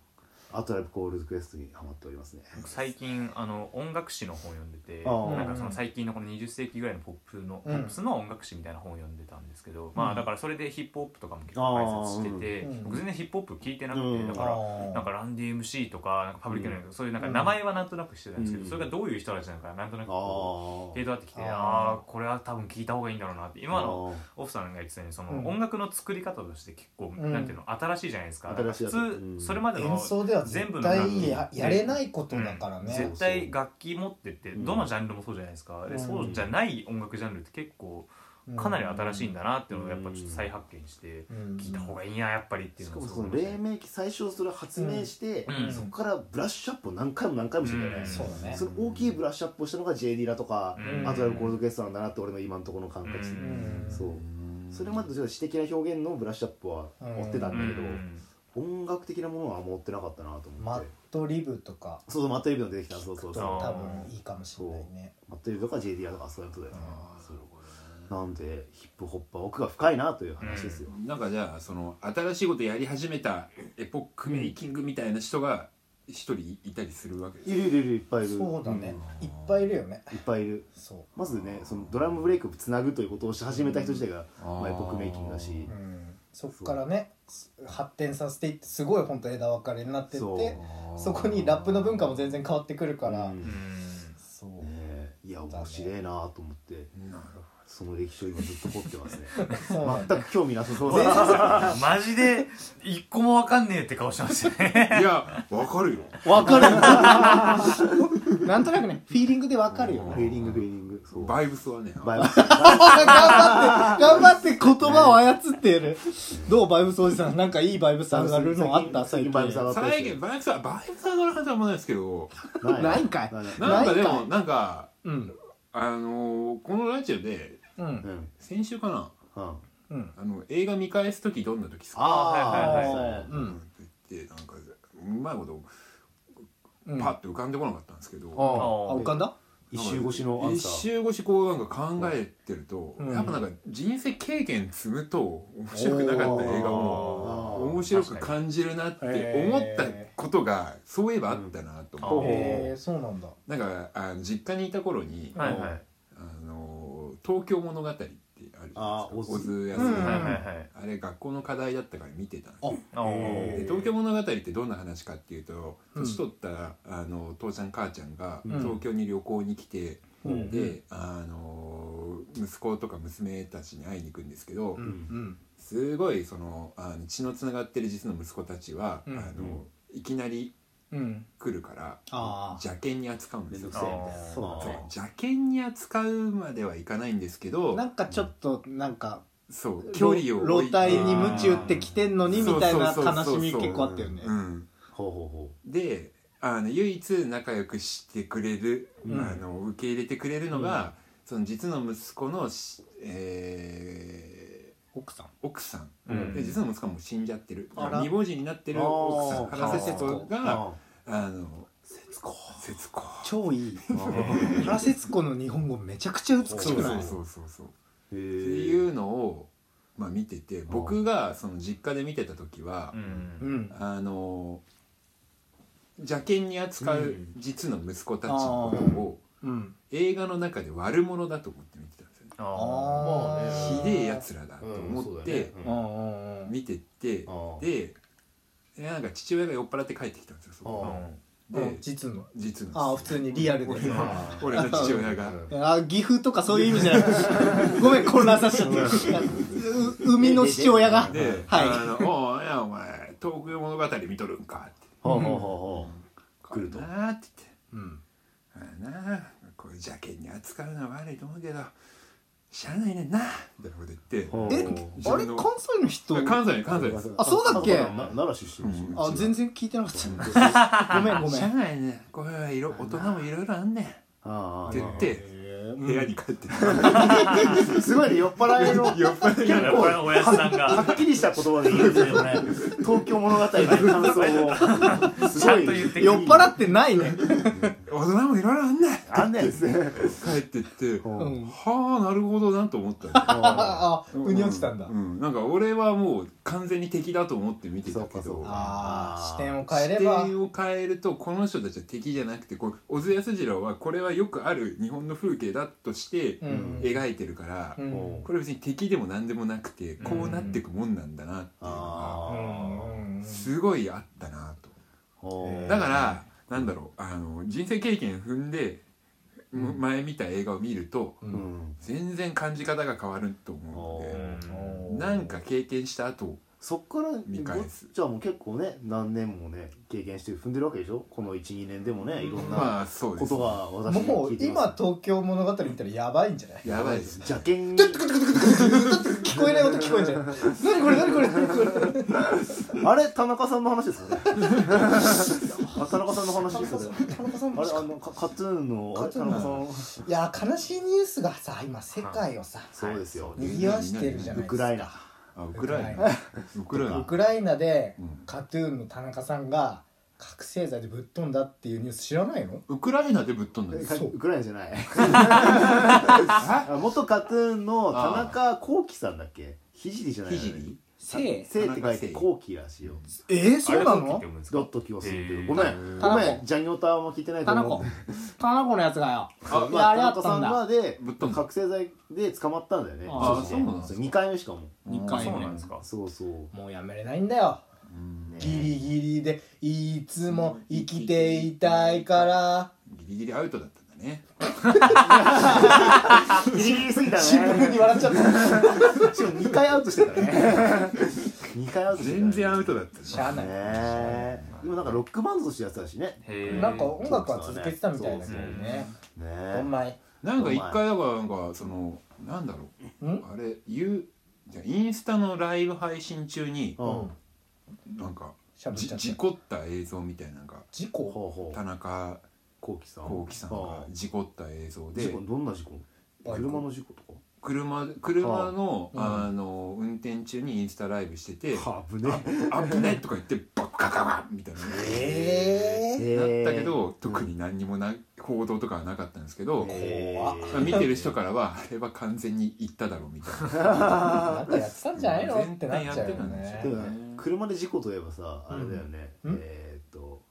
S4: アトライブ・コールズ・クエストにハマっておりますね
S3: 最近あの音楽誌の本読んでて
S4: あー
S3: なんかその最近のこの20世紀ぐらいのポップの、
S2: うん
S3: ポップスの音楽誌みたいな本を読んでたんですけど、まあだからそれでヒップホップとかも結構解説してて、
S2: あーうん
S3: 僕全然ヒップホップ聞いてなくて、
S4: うん
S3: だ
S2: あ
S3: から。
S2: ー
S3: なんかランディ MC とかなんかパブリックの、そういうなんか
S2: うん
S3: 名前はなんとなくしてたんですけど、
S1: うん
S3: それがどういう人たちなのかなんとなく
S4: あ
S3: こうフェー
S4: ー
S3: ドアってきて
S2: あー
S3: ああーこれは多分聞いた方がいいんだろうなって今の
S4: あー
S3: オフさんが言ってたようにその
S2: うん
S3: 音楽の作り方として結構、
S2: うん
S3: なんていうの新しいじゃないですか
S4: 新しい
S3: なん
S4: やつ
S3: か普通、
S4: うん
S3: それまでの
S2: 演奏では
S3: 全
S2: 絶
S3: 部の楽器
S2: 対ややれないことだから
S3: うん
S2: ね
S3: 絶対楽器持ってって
S4: うん
S3: どのジャンルもそうじゃないですか、
S2: う
S3: で
S2: ん
S3: そうじゃない音楽ジャンルって結構かなり新しいんだなっていうのをやっぱちょっと再発見して
S2: うん
S3: 聞いた方がいいなやっぱりってい
S4: し
S3: う
S4: か
S3: の
S4: も
S3: を
S4: その黎明期最初それを発明して、
S3: うん
S4: そこからブラッシュアップを何回も何回もしてたよね、
S3: うん
S2: そうだね
S4: その大きいブラッシュアップをしたのが J ・ディラとか、
S3: うん
S4: あとはコールドゲストなんだなって俺の今のところの感覚、
S3: うん
S4: そうそれまでとちょっと詩的な表現のブラッシュアップは持ってたんだけど、音楽的なものは持ってなかったなと思
S2: マ
S4: っ
S2: ッ
S4: て、
S2: トリブとか
S4: そうそうマットリブの出てきたそう
S2: 聞
S4: そ
S2: く
S4: う
S2: と
S4: そう
S2: 多分いいかもしれないね
S4: マットリブとか J ・ディラとかそういうことだよね、そうなんでヒップホップは奥が深いなという話ですよ、
S1: なんかじゃあその新しいことやり始めたエポックメイキングみたいな人が一人いたりするわけです
S4: いるいるいるいっぱいいる
S2: そうだねいっぱいいるよね
S4: いっぱいいる
S2: そ
S4: まずねそのドラムブレイクをつなぐということをし始めた人自体が、
S1: あー
S4: まあ、エポックメイキングだし
S2: う、うんそっからね発展させていってすごい本当枝分かれになってって
S4: そう
S2: そこにラップの文化も全然変わってくるから、
S4: うんね
S2: そう
S4: えいや面白いなと思って
S1: なるほ
S4: その歴史を今ずっと掘ってますね
S2: そうなんだ
S4: 全く興味なさそうだ
S3: マジで一個もわかんねえって顔してましたね
S1: どいやわかるよ
S4: わかる フ
S2: なんとなくねフィーリングで分かるよね
S4: ィーリングフィーリングそう
S1: バイブスはね
S4: バイバイ
S2: 頑張って頑張って言葉を操っているどうバイブスおじさんなんかいいバイブス上がるのあった
S4: 最
S2: 最
S4: 近
S2: 近
S4: バイブス上がった
S1: 最近バイブスはバイブスはどれかともないですけど
S2: ない
S4: ね
S2: んかい
S4: ないね
S1: なんかで
S2: ない
S1: も
S2: かい
S1: なんか
S2: うん
S1: あのーこのラジオで
S2: うん
S4: うんうん
S1: 先週かな
S4: あ
S2: うん
S1: あの映画見返す時どんな時ですか
S4: あ
S3: はいはい
S4: ー
S2: はいはいうん
S1: って言ってなんかうまいこと
S2: うん
S1: パッと浮かんでこなかったんですけど、
S2: あ
S3: あ
S2: 浮かんだ
S4: 一周越しのアン
S1: 一
S4: サー
S1: 周越しこうなんか考えてると、
S2: うん
S1: やっぱなんか人生経験積むと面白くなかった映画も面白く感じるなって思ったことがそういえばあったなと思って、
S2: へえそうなんだ
S1: なんかあの実家にいた頃に、
S3: はいはいはい
S1: あの東京物語ってあるじゃないですか
S4: あー
S1: 小
S4: 小津
S1: 津安
S2: うん
S3: はい
S1: 二
S3: はい
S1: あれ学校の課題だったから見てたんですよ
S3: はい
S1: で東京物語ってどんな話かっていうと
S2: うん
S1: 年取ったあの父ちゃん母ちゃんが
S2: ん
S1: 東京に旅行に来て、
S2: うん
S1: であの息子とか娘たちに会いに行くんですけど、
S2: うん
S1: すごいそのあの血のつながってる実の息子たちは、
S2: うん
S1: あのいきなり
S2: うん
S1: 来るから
S2: あ
S1: 邪険に扱うんですよ。
S4: めんどく
S1: そう
S4: さい
S3: あ
S4: そうなんだ
S1: 邪険に扱うまではいかないんですけど
S2: なんかちょっとなんか
S1: そう距離を置
S2: 露
S1: い
S2: 体に鞭打ってきてんのにみたいな悲しみ結構あったよね
S1: うん
S4: ほうほうほ
S1: であの唯一仲良くしてくれる、
S2: うん
S1: あの受け入れてくれるのが、その実の息子のし、え
S2: 奥さん
S1: ー奥さん、
S3: うん
S1: で実の息子はもう死んじゃってる
S2: あら
S1: 未亡人になってる奥さん
S4: あー
S1: 原節子
S4: う
S1: が
S4: あ
S1: あの節子節子
S2: 超いい
S1: そう
S2: 原節子の日本語めちゃくちゃ美し
S1: そう
S2: くない
S1: そうそうそうって
S4: へえ
S1: いうのを、まあ、見てて僕がその実家で見てた時は、
S3: うん
S2: うん
S1: あの邪険に扱う実の息子たちのことを、
S2: うん
S1: 映画の中で悪者だと思って見てたんですよね
S3: あ
S1: ひ
S4: あ
S1: でえやつらだと思って
S4: うんそうだよね
S2: うん
S1: 見てって、
S4: あー
S1: ででなんか父親が酔っ払って帰ってきたんですよそ
S3: あ
S1: こ
S2: う
S1: で
S2: ん実の
S1: 実の
S2: ああ普通に リアルで
S1: 俺の俺の父親 が
S2: あ岐阜とかそういう意味 じゃなくてごめん混乱させちゃってう 海の父親が
S1: で、
S2: はい
S1: あのおういやお前東京物語見とるんか」って
S4: ほうほうほうほ
S1: 「
S4: 来ると
S1: なあ」って言って
S2: うん
S1: 「ああなあこういう邪険に扱うのは悪いと思うけどしゃあないねんな」みたいなこと言って
S4: うほう
S2: え
S1: 自
S2: あれ
S1: 分
S2: 関
S1: の
S2: 西の人
S1: 関西関西です
S2: あそうだっけ
S4: な奈良出身でしょ
S2: あ全然聞いてなかっ たごめんごめん
S1: しゃあないねこれは色大人もいろいろあんねん」
S4: あ
S1: って言って部屋に帰ってた
S4: あすごいね酔っ払いの
S1: 酔っ払い
S3: やっぱりおやじさん
S4: は
S3: が
S4: っきりした言葉で言うんですよね東京物語の感想をす
S3: ちゃ
S4: ご
S3: んと言っ
S4: い
S3: てくる
S2: 酔っ払ってないね
S1: 大人もいろいろあんねん
S4: あんねんですね
S1: 帰ってって
S4: う
S2: うんん
S1: はあなるほどなと思ったんだ
S2: ああ
S1: よ
S2: うに落ちたんだ
S1: うん、なんか俺はもう完全に敵だと思って見てた
S4: そ
S1: け
S4: うかそう
S1: ど
S4: か
S2: ああ視点を変え
S1: 視
S2: れば
S1: 点を変えるとこの人たちは敵じゃなくてこう小津安二郎はこれはよくある日本の風景だとして
S2: うん
S1: 描いてるから、
S2: うん
S1: これ別に敵でも何でもなくてこうなってくもんなんだなっていうのが
S2: うん
S1: すごいあったなとだから、なんだろうあの人生経験踏んで、む前見た映画を見ると全然感じ方が変わると思うので、なんか経験した後
S4: そっから
S1: 見
S4: ご
S1: 返
S4: っ
S1: す
S4: ちゃんも結構ね何年もね経験して踏んでるわけでしょこの12年でもねいろん
S1: ま
S4: な
S1: あそうで
S4: こ
S1: す
S4: と
S1: ね
S4: が私に
S2: も
S4: 聞
S2: う
S4: いて
S2: 今
S4: ます
S2: 東京物語見たらやばいんじゃない
S1: やばいですね
S4: 邪剣
S2: 聞こえない音聞こえんじゃない何これ何これ何これ
S4: あれ田中さんの話です かねあ田中さんの話ですよね
S2: 田中さん
S4: あれあのカカツーンのあれ
S2: カツ
S4: 田
S2: ーン
S4: 中さん
S2: いや悲しいニュースがさ今世界をさ
S4: そうですよ
S2: 賑わしてるじゃないですか
S4: ウクライナ
S1: あウクライナウクライ
S2: ウ
S1: ナ
S2: クライナで
S1: うん
S2: カトゥーンの田中さんが覚醒剤でぶっ飛んだっていうニュース知らないの
S1: ウクライナでぶっ飛んだん
S4: え
S1: です
S4: か
S2: そう
S4: ウクライナじゃないあ元カトゥーンの田中幸喜さんだっけひじりじゃない
S1: ひじり
S2: せい
S4: せいって書いて
S1: 田中聖
S4: 幸喜らしいよ
S2: えー、
S3: あ
S2: そ
S3: れ
S2: うな
S3: どっちって
S2: の
S3: 読むんですか
S4: ドットキをするっていうごめ
S3: へ
S4: ん
S3: ー
S4: ごめ
S2: 田
S4: んジャニオタも聞いてないと
S2: 田
S4: 思
S2: 中
S4: う
S2: 田中のやつがよ
S4: あ
S2: いや
S4: ま
S2: あ
S4: あ
S2: れ
S4: 田
S2: あった
S4: 中
S2: んだ
S4: さんがで
S1: ぶっ飛んだ
S4: 覚醒剤で捕まったんだよね
S2: あー
S4: 一
S1: そ
S4: 時
S1: うなんですか
S4: 2回目しかも
S2: 二
S3: あ
S2: 回
S3: そう
S2: 目
S3: なんですか
S4: そうそう
S2: もうやめれないんだよ
S1: うん
S2: ギリギリでいつも生きていたいから
S1: ギリギリアウトだったんだね
S4: ギリすぎた
S2: シンプルに笑っちゃった
S4: しかも2回アウトしてたね2回アウトしてたね
S1: 全然アウトだった
S2: しゃあ
S4: ね
S2: ない
S4: えでもなんかロックバンドとしてやってたしね
S3: へー
S2: なんか音楽は続けてたみたいだけどね
S4: ね
S2: ほんまに
S1: なんか一回だからなんかそのなんだろうんあれ言うじゃあインスタのライブ配信中に
S4: うんほ
S1: なんか
S2: しゃべっ
S1: じ
S2: ちゃった
S1: 事故った映像みたいなのが
S2: 事
S4: う
S2: 故
S4: ほ
S1: 田
S4: う
S1: 中
S4: こうきさん
S1: 幸喜さんが
S4: あ
S1: 事故った映像
S4: 事
S1: で
S4: 故どんな事故
S2: バイク
S4: 車の事故とか
S1: 車車の
S2: はあうん
S1: あの運転中にインスタライブしてて
S4: はあぶね
S1: 「危ない!」とか言ってバッカカバンみたいな。
S2: ええ
S1: なったけど特に何にもな報道とかはなかったんですけど、
S4: 怖
S1: まあ見てる人からはあれは完全に行っただろうみたいな
S2: なんかやってたんじゃないのってなっちゃうよ
S1: 全然やって
S2: ね
S1: たんで
S4: 車で事故といえばさあれだよね
S2: うん
S4: えーっと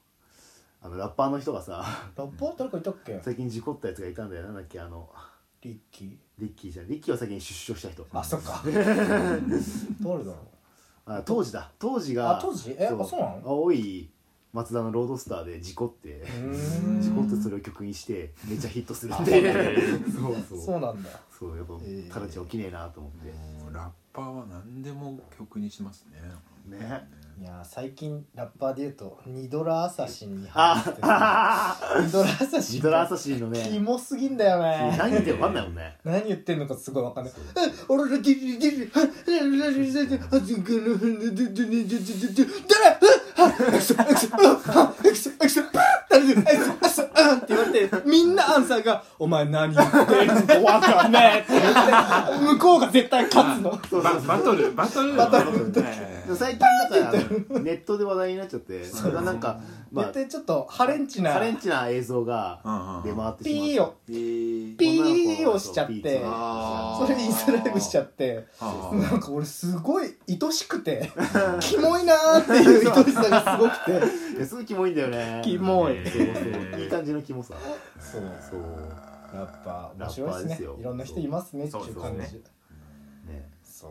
S4: あのラッパーの人がさ
S2: ラッパー誰かいたっけ
S4: 最近事故ったやつがいたんだよなんだっけあの
S2: リッキー
S4: リッキーじゃんリッキーは先に出所した人
S2: あそっ か誰だろう
S4: あ当時だ当時
S2: あ
S4: が
S2: 当時えあそうなの
S4: 青い松田のロードスターで事故って
S2: うーん
S4: 事故ってそれを曲にしてめっちゃヒットするっていうそうそう
S2: そうなんだ
S4: そうやっぱ
S2: えー
S4: タラちゃん起きねえなと思って
S1: もうラッパーは何でも曲にしますね
S4: ね
S2: いやー最近ラッパーで言うとニドラアサシンにハマってて
S4: あ
S2: ニドラアサシ
S4: ジ
S2: ン
S4: ドラア
S2: が
S4: サシンのね
S2: キモすぎんだよね
S4: 何言ってるか分かんないもんね
S2: 何言ってんのかすごいわかんない。うん俺らギリギリ、はっ、ラララララララララララララって言われて、みんなアンサーが、お前何言ってんのわかんないって言って、向こうが絶対勝つの。
S1: ババトルバトルバトル
S4: でも最近だからあのネットで話題になっちゃってそれがなんかまあ
S2: 絶対ちょっとハレンチな
S4: カ、レンチな映像が
S1: うん
S4: 出
S1: うん
S4: 回ってしまって
S2: ピーを、ピーをしちゃって、
S1: あ
S2: それインスタライブしちゃって、なんか俺すごい愛しくて、キモいなーっていう愛しさがすごくて。
S4: いやすごいキモいんだよね
S2: キモい
S4: そうそういい感じのキモさ
S2: そう
S4: そう
S2: ラッパー面白い
S4: ラッ
S2: で
S4: パーですす
S2: ね
S4: よ
S2: いろんな人いますねってい
S3: そう
S2: う感
S3: そう
S2: じ
S4: ね
S2: そう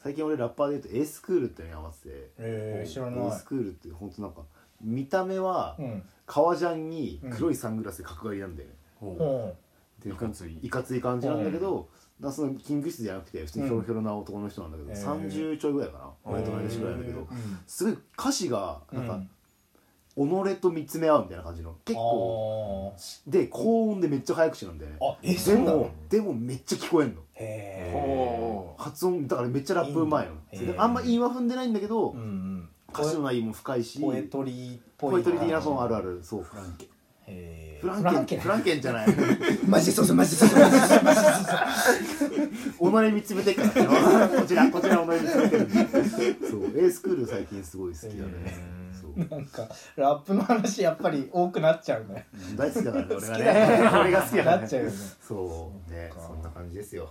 S4: 最近俺ラッパーで言うと A スクールっていうのに合わせて
S2: えー知らな
S4: A
S2: い
S4: スクールって本当なんか見た目は
S2: うん
S4: 革ジャンに黒いサングラスで角刈りなんだよね
S3: ほ
S2: うん
S4: っていう
S3: い
S4: か
S3: かつい
S4: いかつい感じなんだけどなそのキング質じゃなくて普通にひょろひょろな男の人なんだけど
S2: うん
S4: 30ちょいぐらいかな俺と同じぐらいなんだけどすごい歌詞がなんか己と見つめ合うみたいな感じの結構
S2: 構
S4: で高音でめっちゃ早口なんだよね
S2: あえそ
S4: で
S2: うなの
S4: もでもめっちゃ聞こえんの
S2: へえ
S1: ほ
S4: 発音だからめっちゃラップうまいの
S2: いいね
S4: それで
S2: へー
S4: あんま韻は踏んでないんだけど
S2: うんうん
S4: 歌詞の内容も深いし
S2: ポエトリーっぽい
S4: ポエトリー的な
S2: 感じ
S4: 本あるあるそう
S1: フランケ
S2: へー
S4: フラ
S2: フラ
S4: ン
S2: ンケ
S4: ケン
S2: ン
S4: フランケンじゃない
S2: マジでそうそうマジでそうそうマジでそうマジでそうそう
S4: 己見つめてっからこちらこちら己見つめてるそう A スクール最近すごい好きだねそう
S2: なんかラップの話やっぱり多くなっちゃうね
S4: 大好きだからね俺が
S2: 好きだ
S4: ね俺が好きだから
S2: なっちゃうよね
S4: そうね
S2: そっか
S4: そんな感じですよ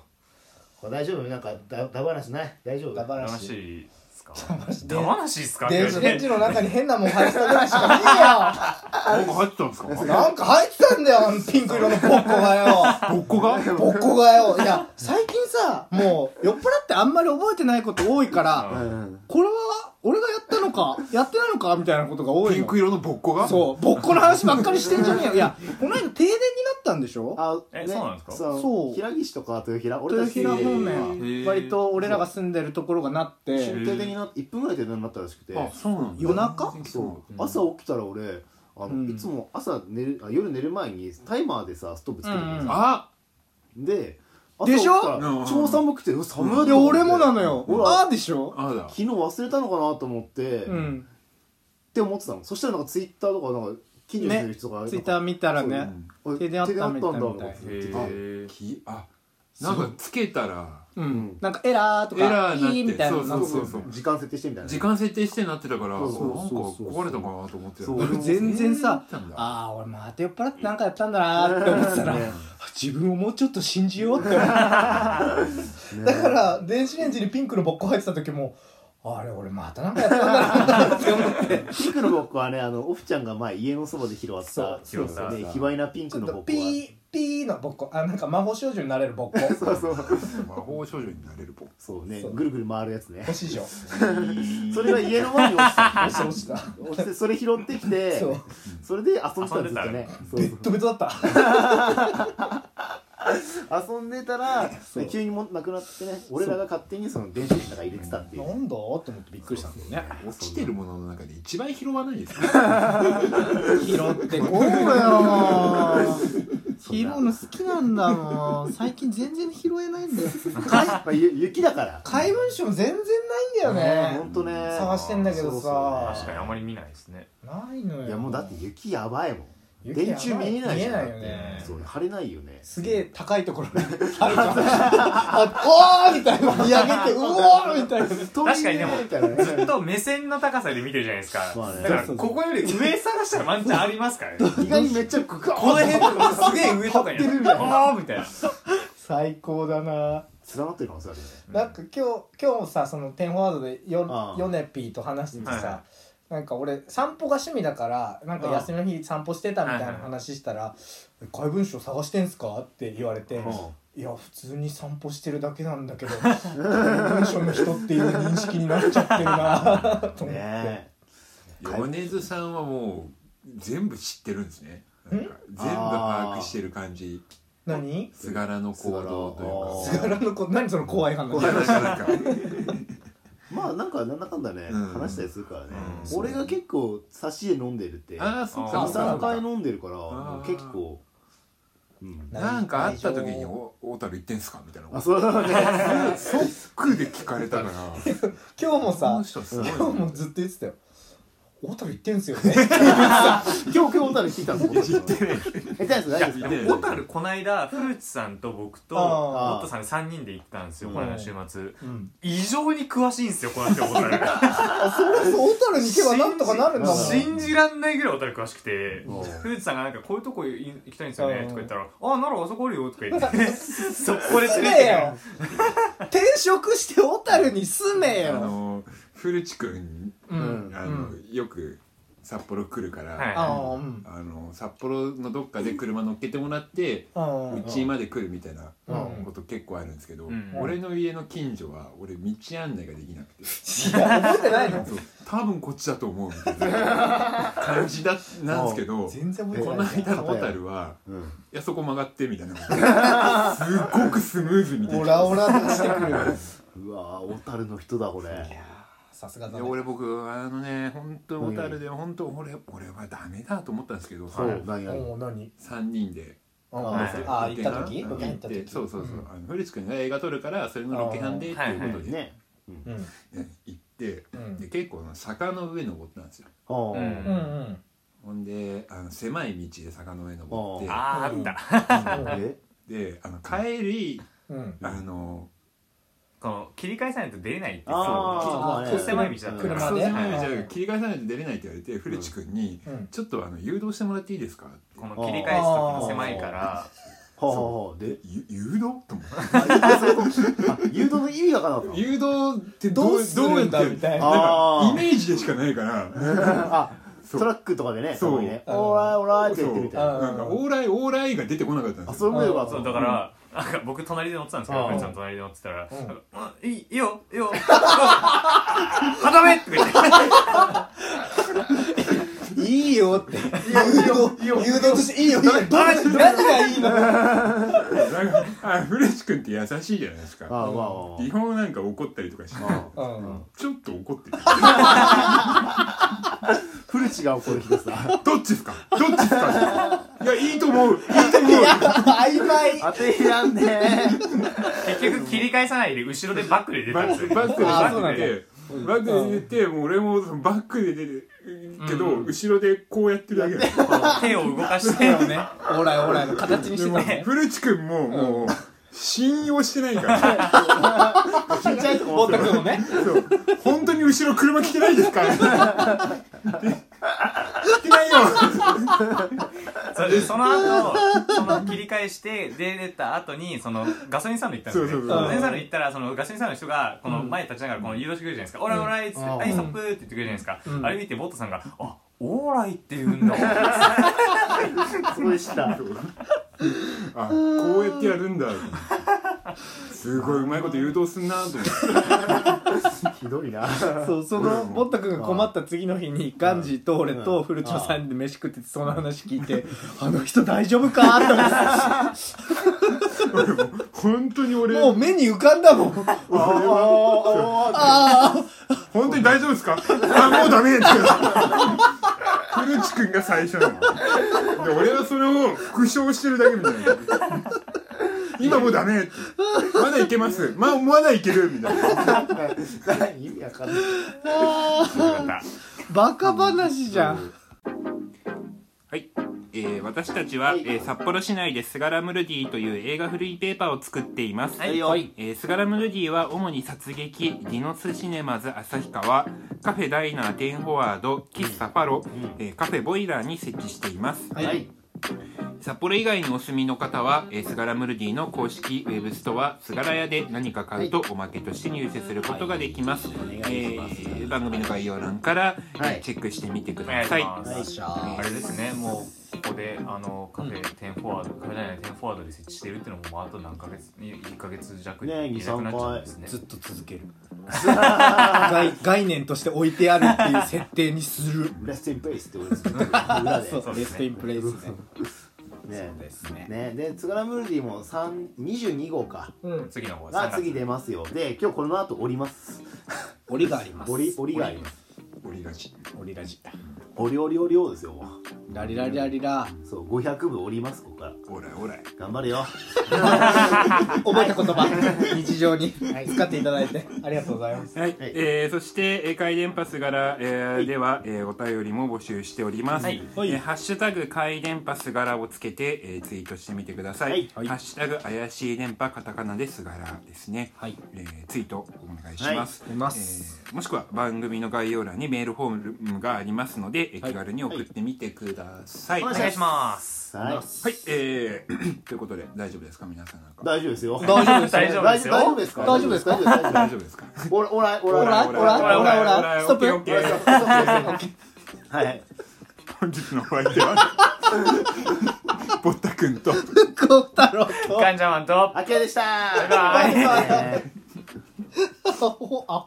S4: これ大丈夫なんかだだ話ない大丈夫
S2: ダバ
S3: う
S2: ら
S3: 騙
S2: し
S3: しですか騙しですかって
S2: 電
S3: 言わ
S2: 子
S3: れ
S2: レン
S3: て
S2: ジの中に変なもん入ってたぐらいしかねえ
S1: なん
S2: よ
S1: か入ってたんですか
S2: なんか入ってたんだよ、あのピンク色のポッコがよ。
S1: ここが
S2: ポッコがよ。いや、最近さ、もう、酔っ払ってあんまり覚えてないこと多いから、
S4: うん
S2: これは、俺がやったのか、やってないのか、みたいなことが多いの。
S1: ピンク色のボッコが
S2: そう、ぼっこの話ばっかりしてんじゃねえよ。いや、この間停電になったったんでしょ
S4: あ
S3: えそうなんですか
S4: そ
S2: そう
S4: う平岸とか豊平俺
S2: 豊
S4: たち
S2: 平方
S1: へ
S2: 面
S1: ー
S2: 割と俺らが住んでるところがなっ
S4: えー
S2: て
S4: 停電になって1分ぐらい停電になったらしくて
S1: あそうなんだ
S2: 夜中
S4: そう、
S1: ん
S4: 朝起きたら俺あの、
S2: うん
S4: いつも朝寝るあ夜寝る前にタイマーでさストップつけてるのさ、
S1: あ
S4: で朝
S2: で
S4: 起き
S2: したょ
S1: うん
S4: ら超寒くてうわ寒いと思っ
S2: い
S4: て
S2: や俺もなのよ
S4: う
S2: あ
S4: ん
S2: あでしょ
S1: あだ
S4: 昨日忘れたのかなと思って、
S2: う
S4: っ
S2: ん
S4: て思ってたのそしたらなんかツイッターとかなんか近所にいる人が、
S2: ツイッター見たら
S1: う
S2: ね
S1: ん
S4: ー
S2: 停電あったみたいな
S1: へえきあなん
S2: そ
S1: か
S2: う
S1: つけたら
S2: うんなんかエラーとか
S1: エラーになって
S2: いいみたいなの
S1: そうそうそう
S4: 時間設定してみたいな
S1: 時間設定してなってたからなんか
S4: そうそうそうそう
S1: 壊れたかなと思ってた
S4: そう
S2: 俺全然さ
S1: えーなんだ
S2: ああ俺また酔っ払ってなんかやったんだなーって思ってたら
S4: ね
S2: 自分をもうちょっと信じようって だから電子レンジにピンクのボッコ入ってた時もあれ俺またなんかやったんだなって思って
S4: ピンクのボックはねあのオフちゃんが前家のそばで拾った
S2: そう
S3: 拾った
S4: ね卑猥なピンクのボック
S2: ピーピーのボッコあなんか魔法少女になれるボッコ
S4: そうそう
S1: 魔法少女になれるポン
S4: そうね
S2: そう
S4: ぐるぐる回るやつね
S2: 星女
S4: それが家の前に落ちた
S2: 星 落ちた
S4: 落ちてそれ拾ってきて
S2: そう
S4: それで遊んでたんですよねそう
S2: ベッドベッドだった
S4: 遊んでたら
S2: そう
S4: 急にもなくなってね俺らが勝手にその電子レンジの中に入れてたってい
S2: な
S4: うん
S2: だと思ってびっくりしたんだよね
S1: 落ちてるものの中で一番拾わないですね
S2: 拾っ てこうよ拾うの好きなんだもん最近全然拾えないんだよ
S4: まあゆ雪だから
S2: 怪文書も全然ないんだよね
S4: 本当ね
S2: 探してんだけど
S4: そう
S2: さ
S4: そ
S3: 確かにあんまり見ないですね
S2: うんないのよ
S4: いやもうだって雪やばいもん
S2: 雪
S4: 電柱見えないじゃん
S2: 見えないよね
S4: そう晴れないよね
S2: すげえ高いところ にあるじゃんあおーみたいな見上げてうおーみたいな
S3: 確かにでも
S4: 飛び出るみたいな
S3: ずっと目線の高さで見てるじゃないですか
S4: まあね
S3: だからここより上探したらワンチャンありますからねこ
S4: 意外にめっちゃこ
S3: の 辺とかすげえ上とかに
S4: 張ってるみたい
S3: ああみたいな
S2: 最高だな
S4: 連なってる可能性あるよね
S2: なんか今日今日さその10フォワードでよ
S4: ああ
S2: ヨネピーと話しててさ、
S3: は
S2: なんか俺散歩が趣味だからなんか休みの日散歩してたみたいな話したら「え怪文書探してんすか?」って言われて「いや普通に散歩してるだけなんだけど怪文書の人っていう認識になっちゃってるな」と思って、
S4: ね
S1: 米津さんはもう全部知ってるんですねなんか全部把握してる感じ
S2: 何
S1: すがらの行動とい
S4: あー
S1: う
S2: 菅原の子何その怖い話
S1: かなんかなんか
S4: まあなんかなんだかんだね、
S1: うん
S4: 話したりするからね、
S1: うん
S4: 俺が結構差しで飲んでるって
S1: ああそっ
S3: あ
S1: か
S3: ー
S1: そっか
S4: 23回飲んでるから
S1: あー
S4: 結構、うん、
S1: なんかあった時にお小樽行ってんすかみたいな
S4: あそうだね
S1: そっくで聞かれたからこ
S2: 今日もさ
S1: の人すごいな
S2: 今日もずっと言ってたよ「小樽行ってんすよね」
S4: 今日今日小樽来たのえ大丈夫大丈夫
S1: いや
S4: です
S3: 小樽こないだ古内さんと僕と
S2: あ
S3: ロ
S4: ー
S3: ットさんで3人で行ったんですよ
S4: うん
S3: この間週末
S2: うん
S3: 異常に詳しいんですよこの人小樽
S2: そう小樽に行けばなんとかなるんだもん
S3: 信じらんないぐらい小樽詳しくて
S4: うん
S3: 古内さんがなんかこういうとこ行きたいんですよ
S2: う
S3: ね
S2: ん
S3: とか言ったら「ああならあそこあるよ」とか言ってそこで連れ
S2: め
S3: て
S2: よ転職して小樽に住め
S1: あ
S2: よ
S1: の古地君
S2: うん
S4: うん
S1: あのよく札幌来るから、
S3: はい
S2: あう ん
S1: あの札幌のどっかで車乗っけてもらって
S2: うん
S1: うちまで来るみたいな
S2: うん
S1: こと結構あるんですけど、
S3: うん
S1: 俺の家の近所は俺道案内ができなくて、
S2: いや覚えてないの
S1: そう多分こっちだと思うみたいな感じだなんですけど
S2: 全然覚え
S1: こ
S2: て
S1: の
S2: ないね
S1: 間の小樽は
S4: うん
S1: 「いやそこ曲がって」みたいなことすっごくスムーズにでき
S2: オ
S1: て
S2: ラオラとしてくる よ
S4: うわー小樽の人だこれ
S2: さすが
S1: い
S2: だ
S1: や
S2: ね
S1: 俺僕あのね本当小樽で本当俺俺はダメだと思ったんですけど、
S4: そ
S1: 三
S4: う何々
S2: おう何
S1: 3人で
S4: あ
S2: うん
S4: ー
S2: あ行った時
S1: 行
S2: ロケ
S1: っ
S2: 行った
S1: て
S2: 時
S1: そうそうそう、あの古市君が映画撮るからそれのロケハンでっていうことで、
S4: ね
S2: うん
S1: ね行って、
S2: うん
S1: で結構あの坂の上登ったんですよ
S4: あー
S3: うん
S2: うんうん
S1: ほんであの狭い道で坂の上登って
S3: あああった
S4: え
S1: であの帰り、
S2: うん
S1: あの
S3: この切り替えさないと出れないって
S4: あーまあね
S3: そう狭い道だったから
S2: 車
S1: そう
S2: で
S1: 狭い道ある切り返さないと出れないって言われて古市君に、
S2: うん
S1: ちょっとあの誘導してもらっていいですか?」って
S3: この切り返す時も狭いから
S4: はあはあで
S1: ゆ誘導?」と思って
S4: あ誘導の意味が分からなかった
S1: 誘導って
S2: ど
S1: ど
S2: う
S1: う
S2: す
S1: どう
S2: る
S1: や
S2: んだ
S1: っ
S2: み
S1: て
S2: たいな
S4: あー
S1: イメージでしかないから
S4: あ
S1: そう
S4: トラックとかでね
S1: そう
S4: たまにね
S2: うん
S4: オーライオーライって言ってるみたい
S2: そ
S4: な
S2: う
S1: なんか「オーライオーライ」が出てこなかったん
S4: あ
S1: です
S4: そ
S1: よ
S4: ういうことか
S3: そうだから、なんか僕隣で乗ってたんですけ
S4: う
S3: ど、
S4: ん
S3: ふんちゃん隣で乗ってたら、
S2: ん
S3: なんかうん、いいいいよ、いいよ、 はだめとか言って、
S2: いいよって
S3: い
S4: よ
S2: 誘導としていいよいいよどう何がいいの
S9: なんかあフレッシュ君って優しいじゃないです
S4: あ
S9: か
S4: あまあまあ
S9: 基本なんか怒ったりとかしない
S4: あ
S2: うん
S9: ちょっと怒ってる
S4: フルチが怒る日でさ
S9: どっちっすかどっちっすかいやいいと思ういいと思う
S2: 曖昧
S4: 当てやんね
S3: 結局切り返さないで後ろでバックで出た
S9: バ
S3: ん
S9: ッ
S3: です
S9: ク
S3: よね
S9: でバック
S2: あそうなんだ
S9: で出てバックで出てもう俺もバックで出るけど、
S3: うん
S9: 後ろでこうやってるだけだよ
S3: 手を動かしてね
S2: オーライオーライの形に
S9: で
S2: して
S9: も
S2: たね
S9: 古地君ももう信用してないから
S4: ちっちゃいと思
S2: 太
S4: っ
S2: 田
S4: てる
S2: 君もね
S9: そう本当に後ろ車来てないですか来てないよ
S3: それでその後その切り返して出れた後にそのガソリンスタンド行ったんです
S9: そ
S3: よ
S9: うそ
S3: ね
S9: うそ
S3: ガソリンス
S9: う
S3: タンド行ったらそのガソリンスタンドの人がこの前立ちながらこの誘導してくれるじゃないですか「オーライオーライ」っつって「
S4: うん
S3: はいストップ」って言ってくれるじゃないですか、
S2: うん
S3: あれ見てボットさんが「あオーライって言 うんだ」
S4: そうでした
S9: あこうやってやるんだすごいうまいこと誘導すんなと思って
S4: ひど いな
S2: そうそのボッタ君が困った次の日にガンジーと俺と古町さんで飯食っててその話聞いて「あの人大丈夫か?」って思って
S9: 本当に 俺
S2: もう目に浮かんだもんあ
S4: あああ
S2: あ
S9: 本当に大丈夫ですかあもうダメって 古地君が最初なので俺はそれを復唱してるだけみたいな今もうダメってまだいけますままだいけるみたいな
S4: 意味わかんない
S2: バカ話じゃん
S1: はい、えー私たちは、えー札幌市内でスガラムルディという映画フリーペーパーを作っています、
S3: はい
S4: はい
S1: えースガラムルディは主に殺撃ディノスシネマズ旭川カフェダイナーテンフォワード喫茶パロ、えーカフェボイラーに設置しています、
S4: はい
S1: 札幌以外にお住みの方は、えー、スガラムルディの公式ウェブストアスガラ屋で何か買うとおまけとして入手することができます、えー番組の概要欄から、えー
S4: はい
S1: チェックしてみてく
S3: お願
S1: だ
S3: いし
S1: さい、
S3: ます、あれですねもうここであのカフェテンフォワード、カフェダイナーテンフォワードで設置してるっていうのももうあと何ヶ月1ヶ月弱で
S4: ねえ
S3: いなくなっちゃうんですね
S2: ずっと続ける 概概念として置いてあるっていう設定にする
S4: レストインプレイスって俺ずっと裏で
S2: そう
S3: そうです
S2: レス
S3: ね
S2: トインプレイスね
S4: ね
S2: ですね
S4: ねで津軽ムルディも3 22号か
S2: うん
S3: 次の方
S4: が次
S3: で
S4: 出ますよで今日この後降ります
S2: 折りがあります
S4: 降り降りがあります
S9: 俺がち
S2: 折りラジ
S4: 降り降り降り降りですよも
S2: ラリラリラリラ
S4: うそう500部降りますここから
S9: オーライオーライ
S4: 頑張れよ
S2: 覚えた言葉日常に使っていただいてありがとうございます
S1: はい、
S4: はい
S1: えーそして、えー、回電波すがら、えーでは、えーお便りも募集しております。
S3: は
S1: え
S3: い
S1: ーハッシュタグ回電波すがらをつけて、えーツイートしてみてください。
S4: はい
S1: ハッシュタグ怪しい電波カタカナですがらですね。
S2: はい
S1: えーツイートお願いします。
S2: いお願いします
S1: えーもしくは番組の概要欄にメールフォームがありますので、えー気軽に送ってみてください。
S4: は
S1: はい
S3: お
S1: い、
S3: 願いします
S4: はい
S1: えーということで大丈夫ですか皆さんなんか。
S4: 大丈夫ですよ
S2: 大丈夫です
S3: 大丈夫ですよ
S4: 大丈夫ですか大丈夫ですか大丈夫
S9: 大丈夫ですか
S4: ですオラオラオ
S2: オラ
S4: ラ
S2: オラ
S4: オ
S2: オ
S4: ラ
S2: ラ オラ
S9: オラオラ
S2: ストップ
S9: オッケーオッケー
S4: はい
S9: 本日のお相手はぼったくんと
S2: コウタロウと
S3: ガンジャマンと
S4: アキラでした
S3: バイバイ
S4: ね
S2: アホアホ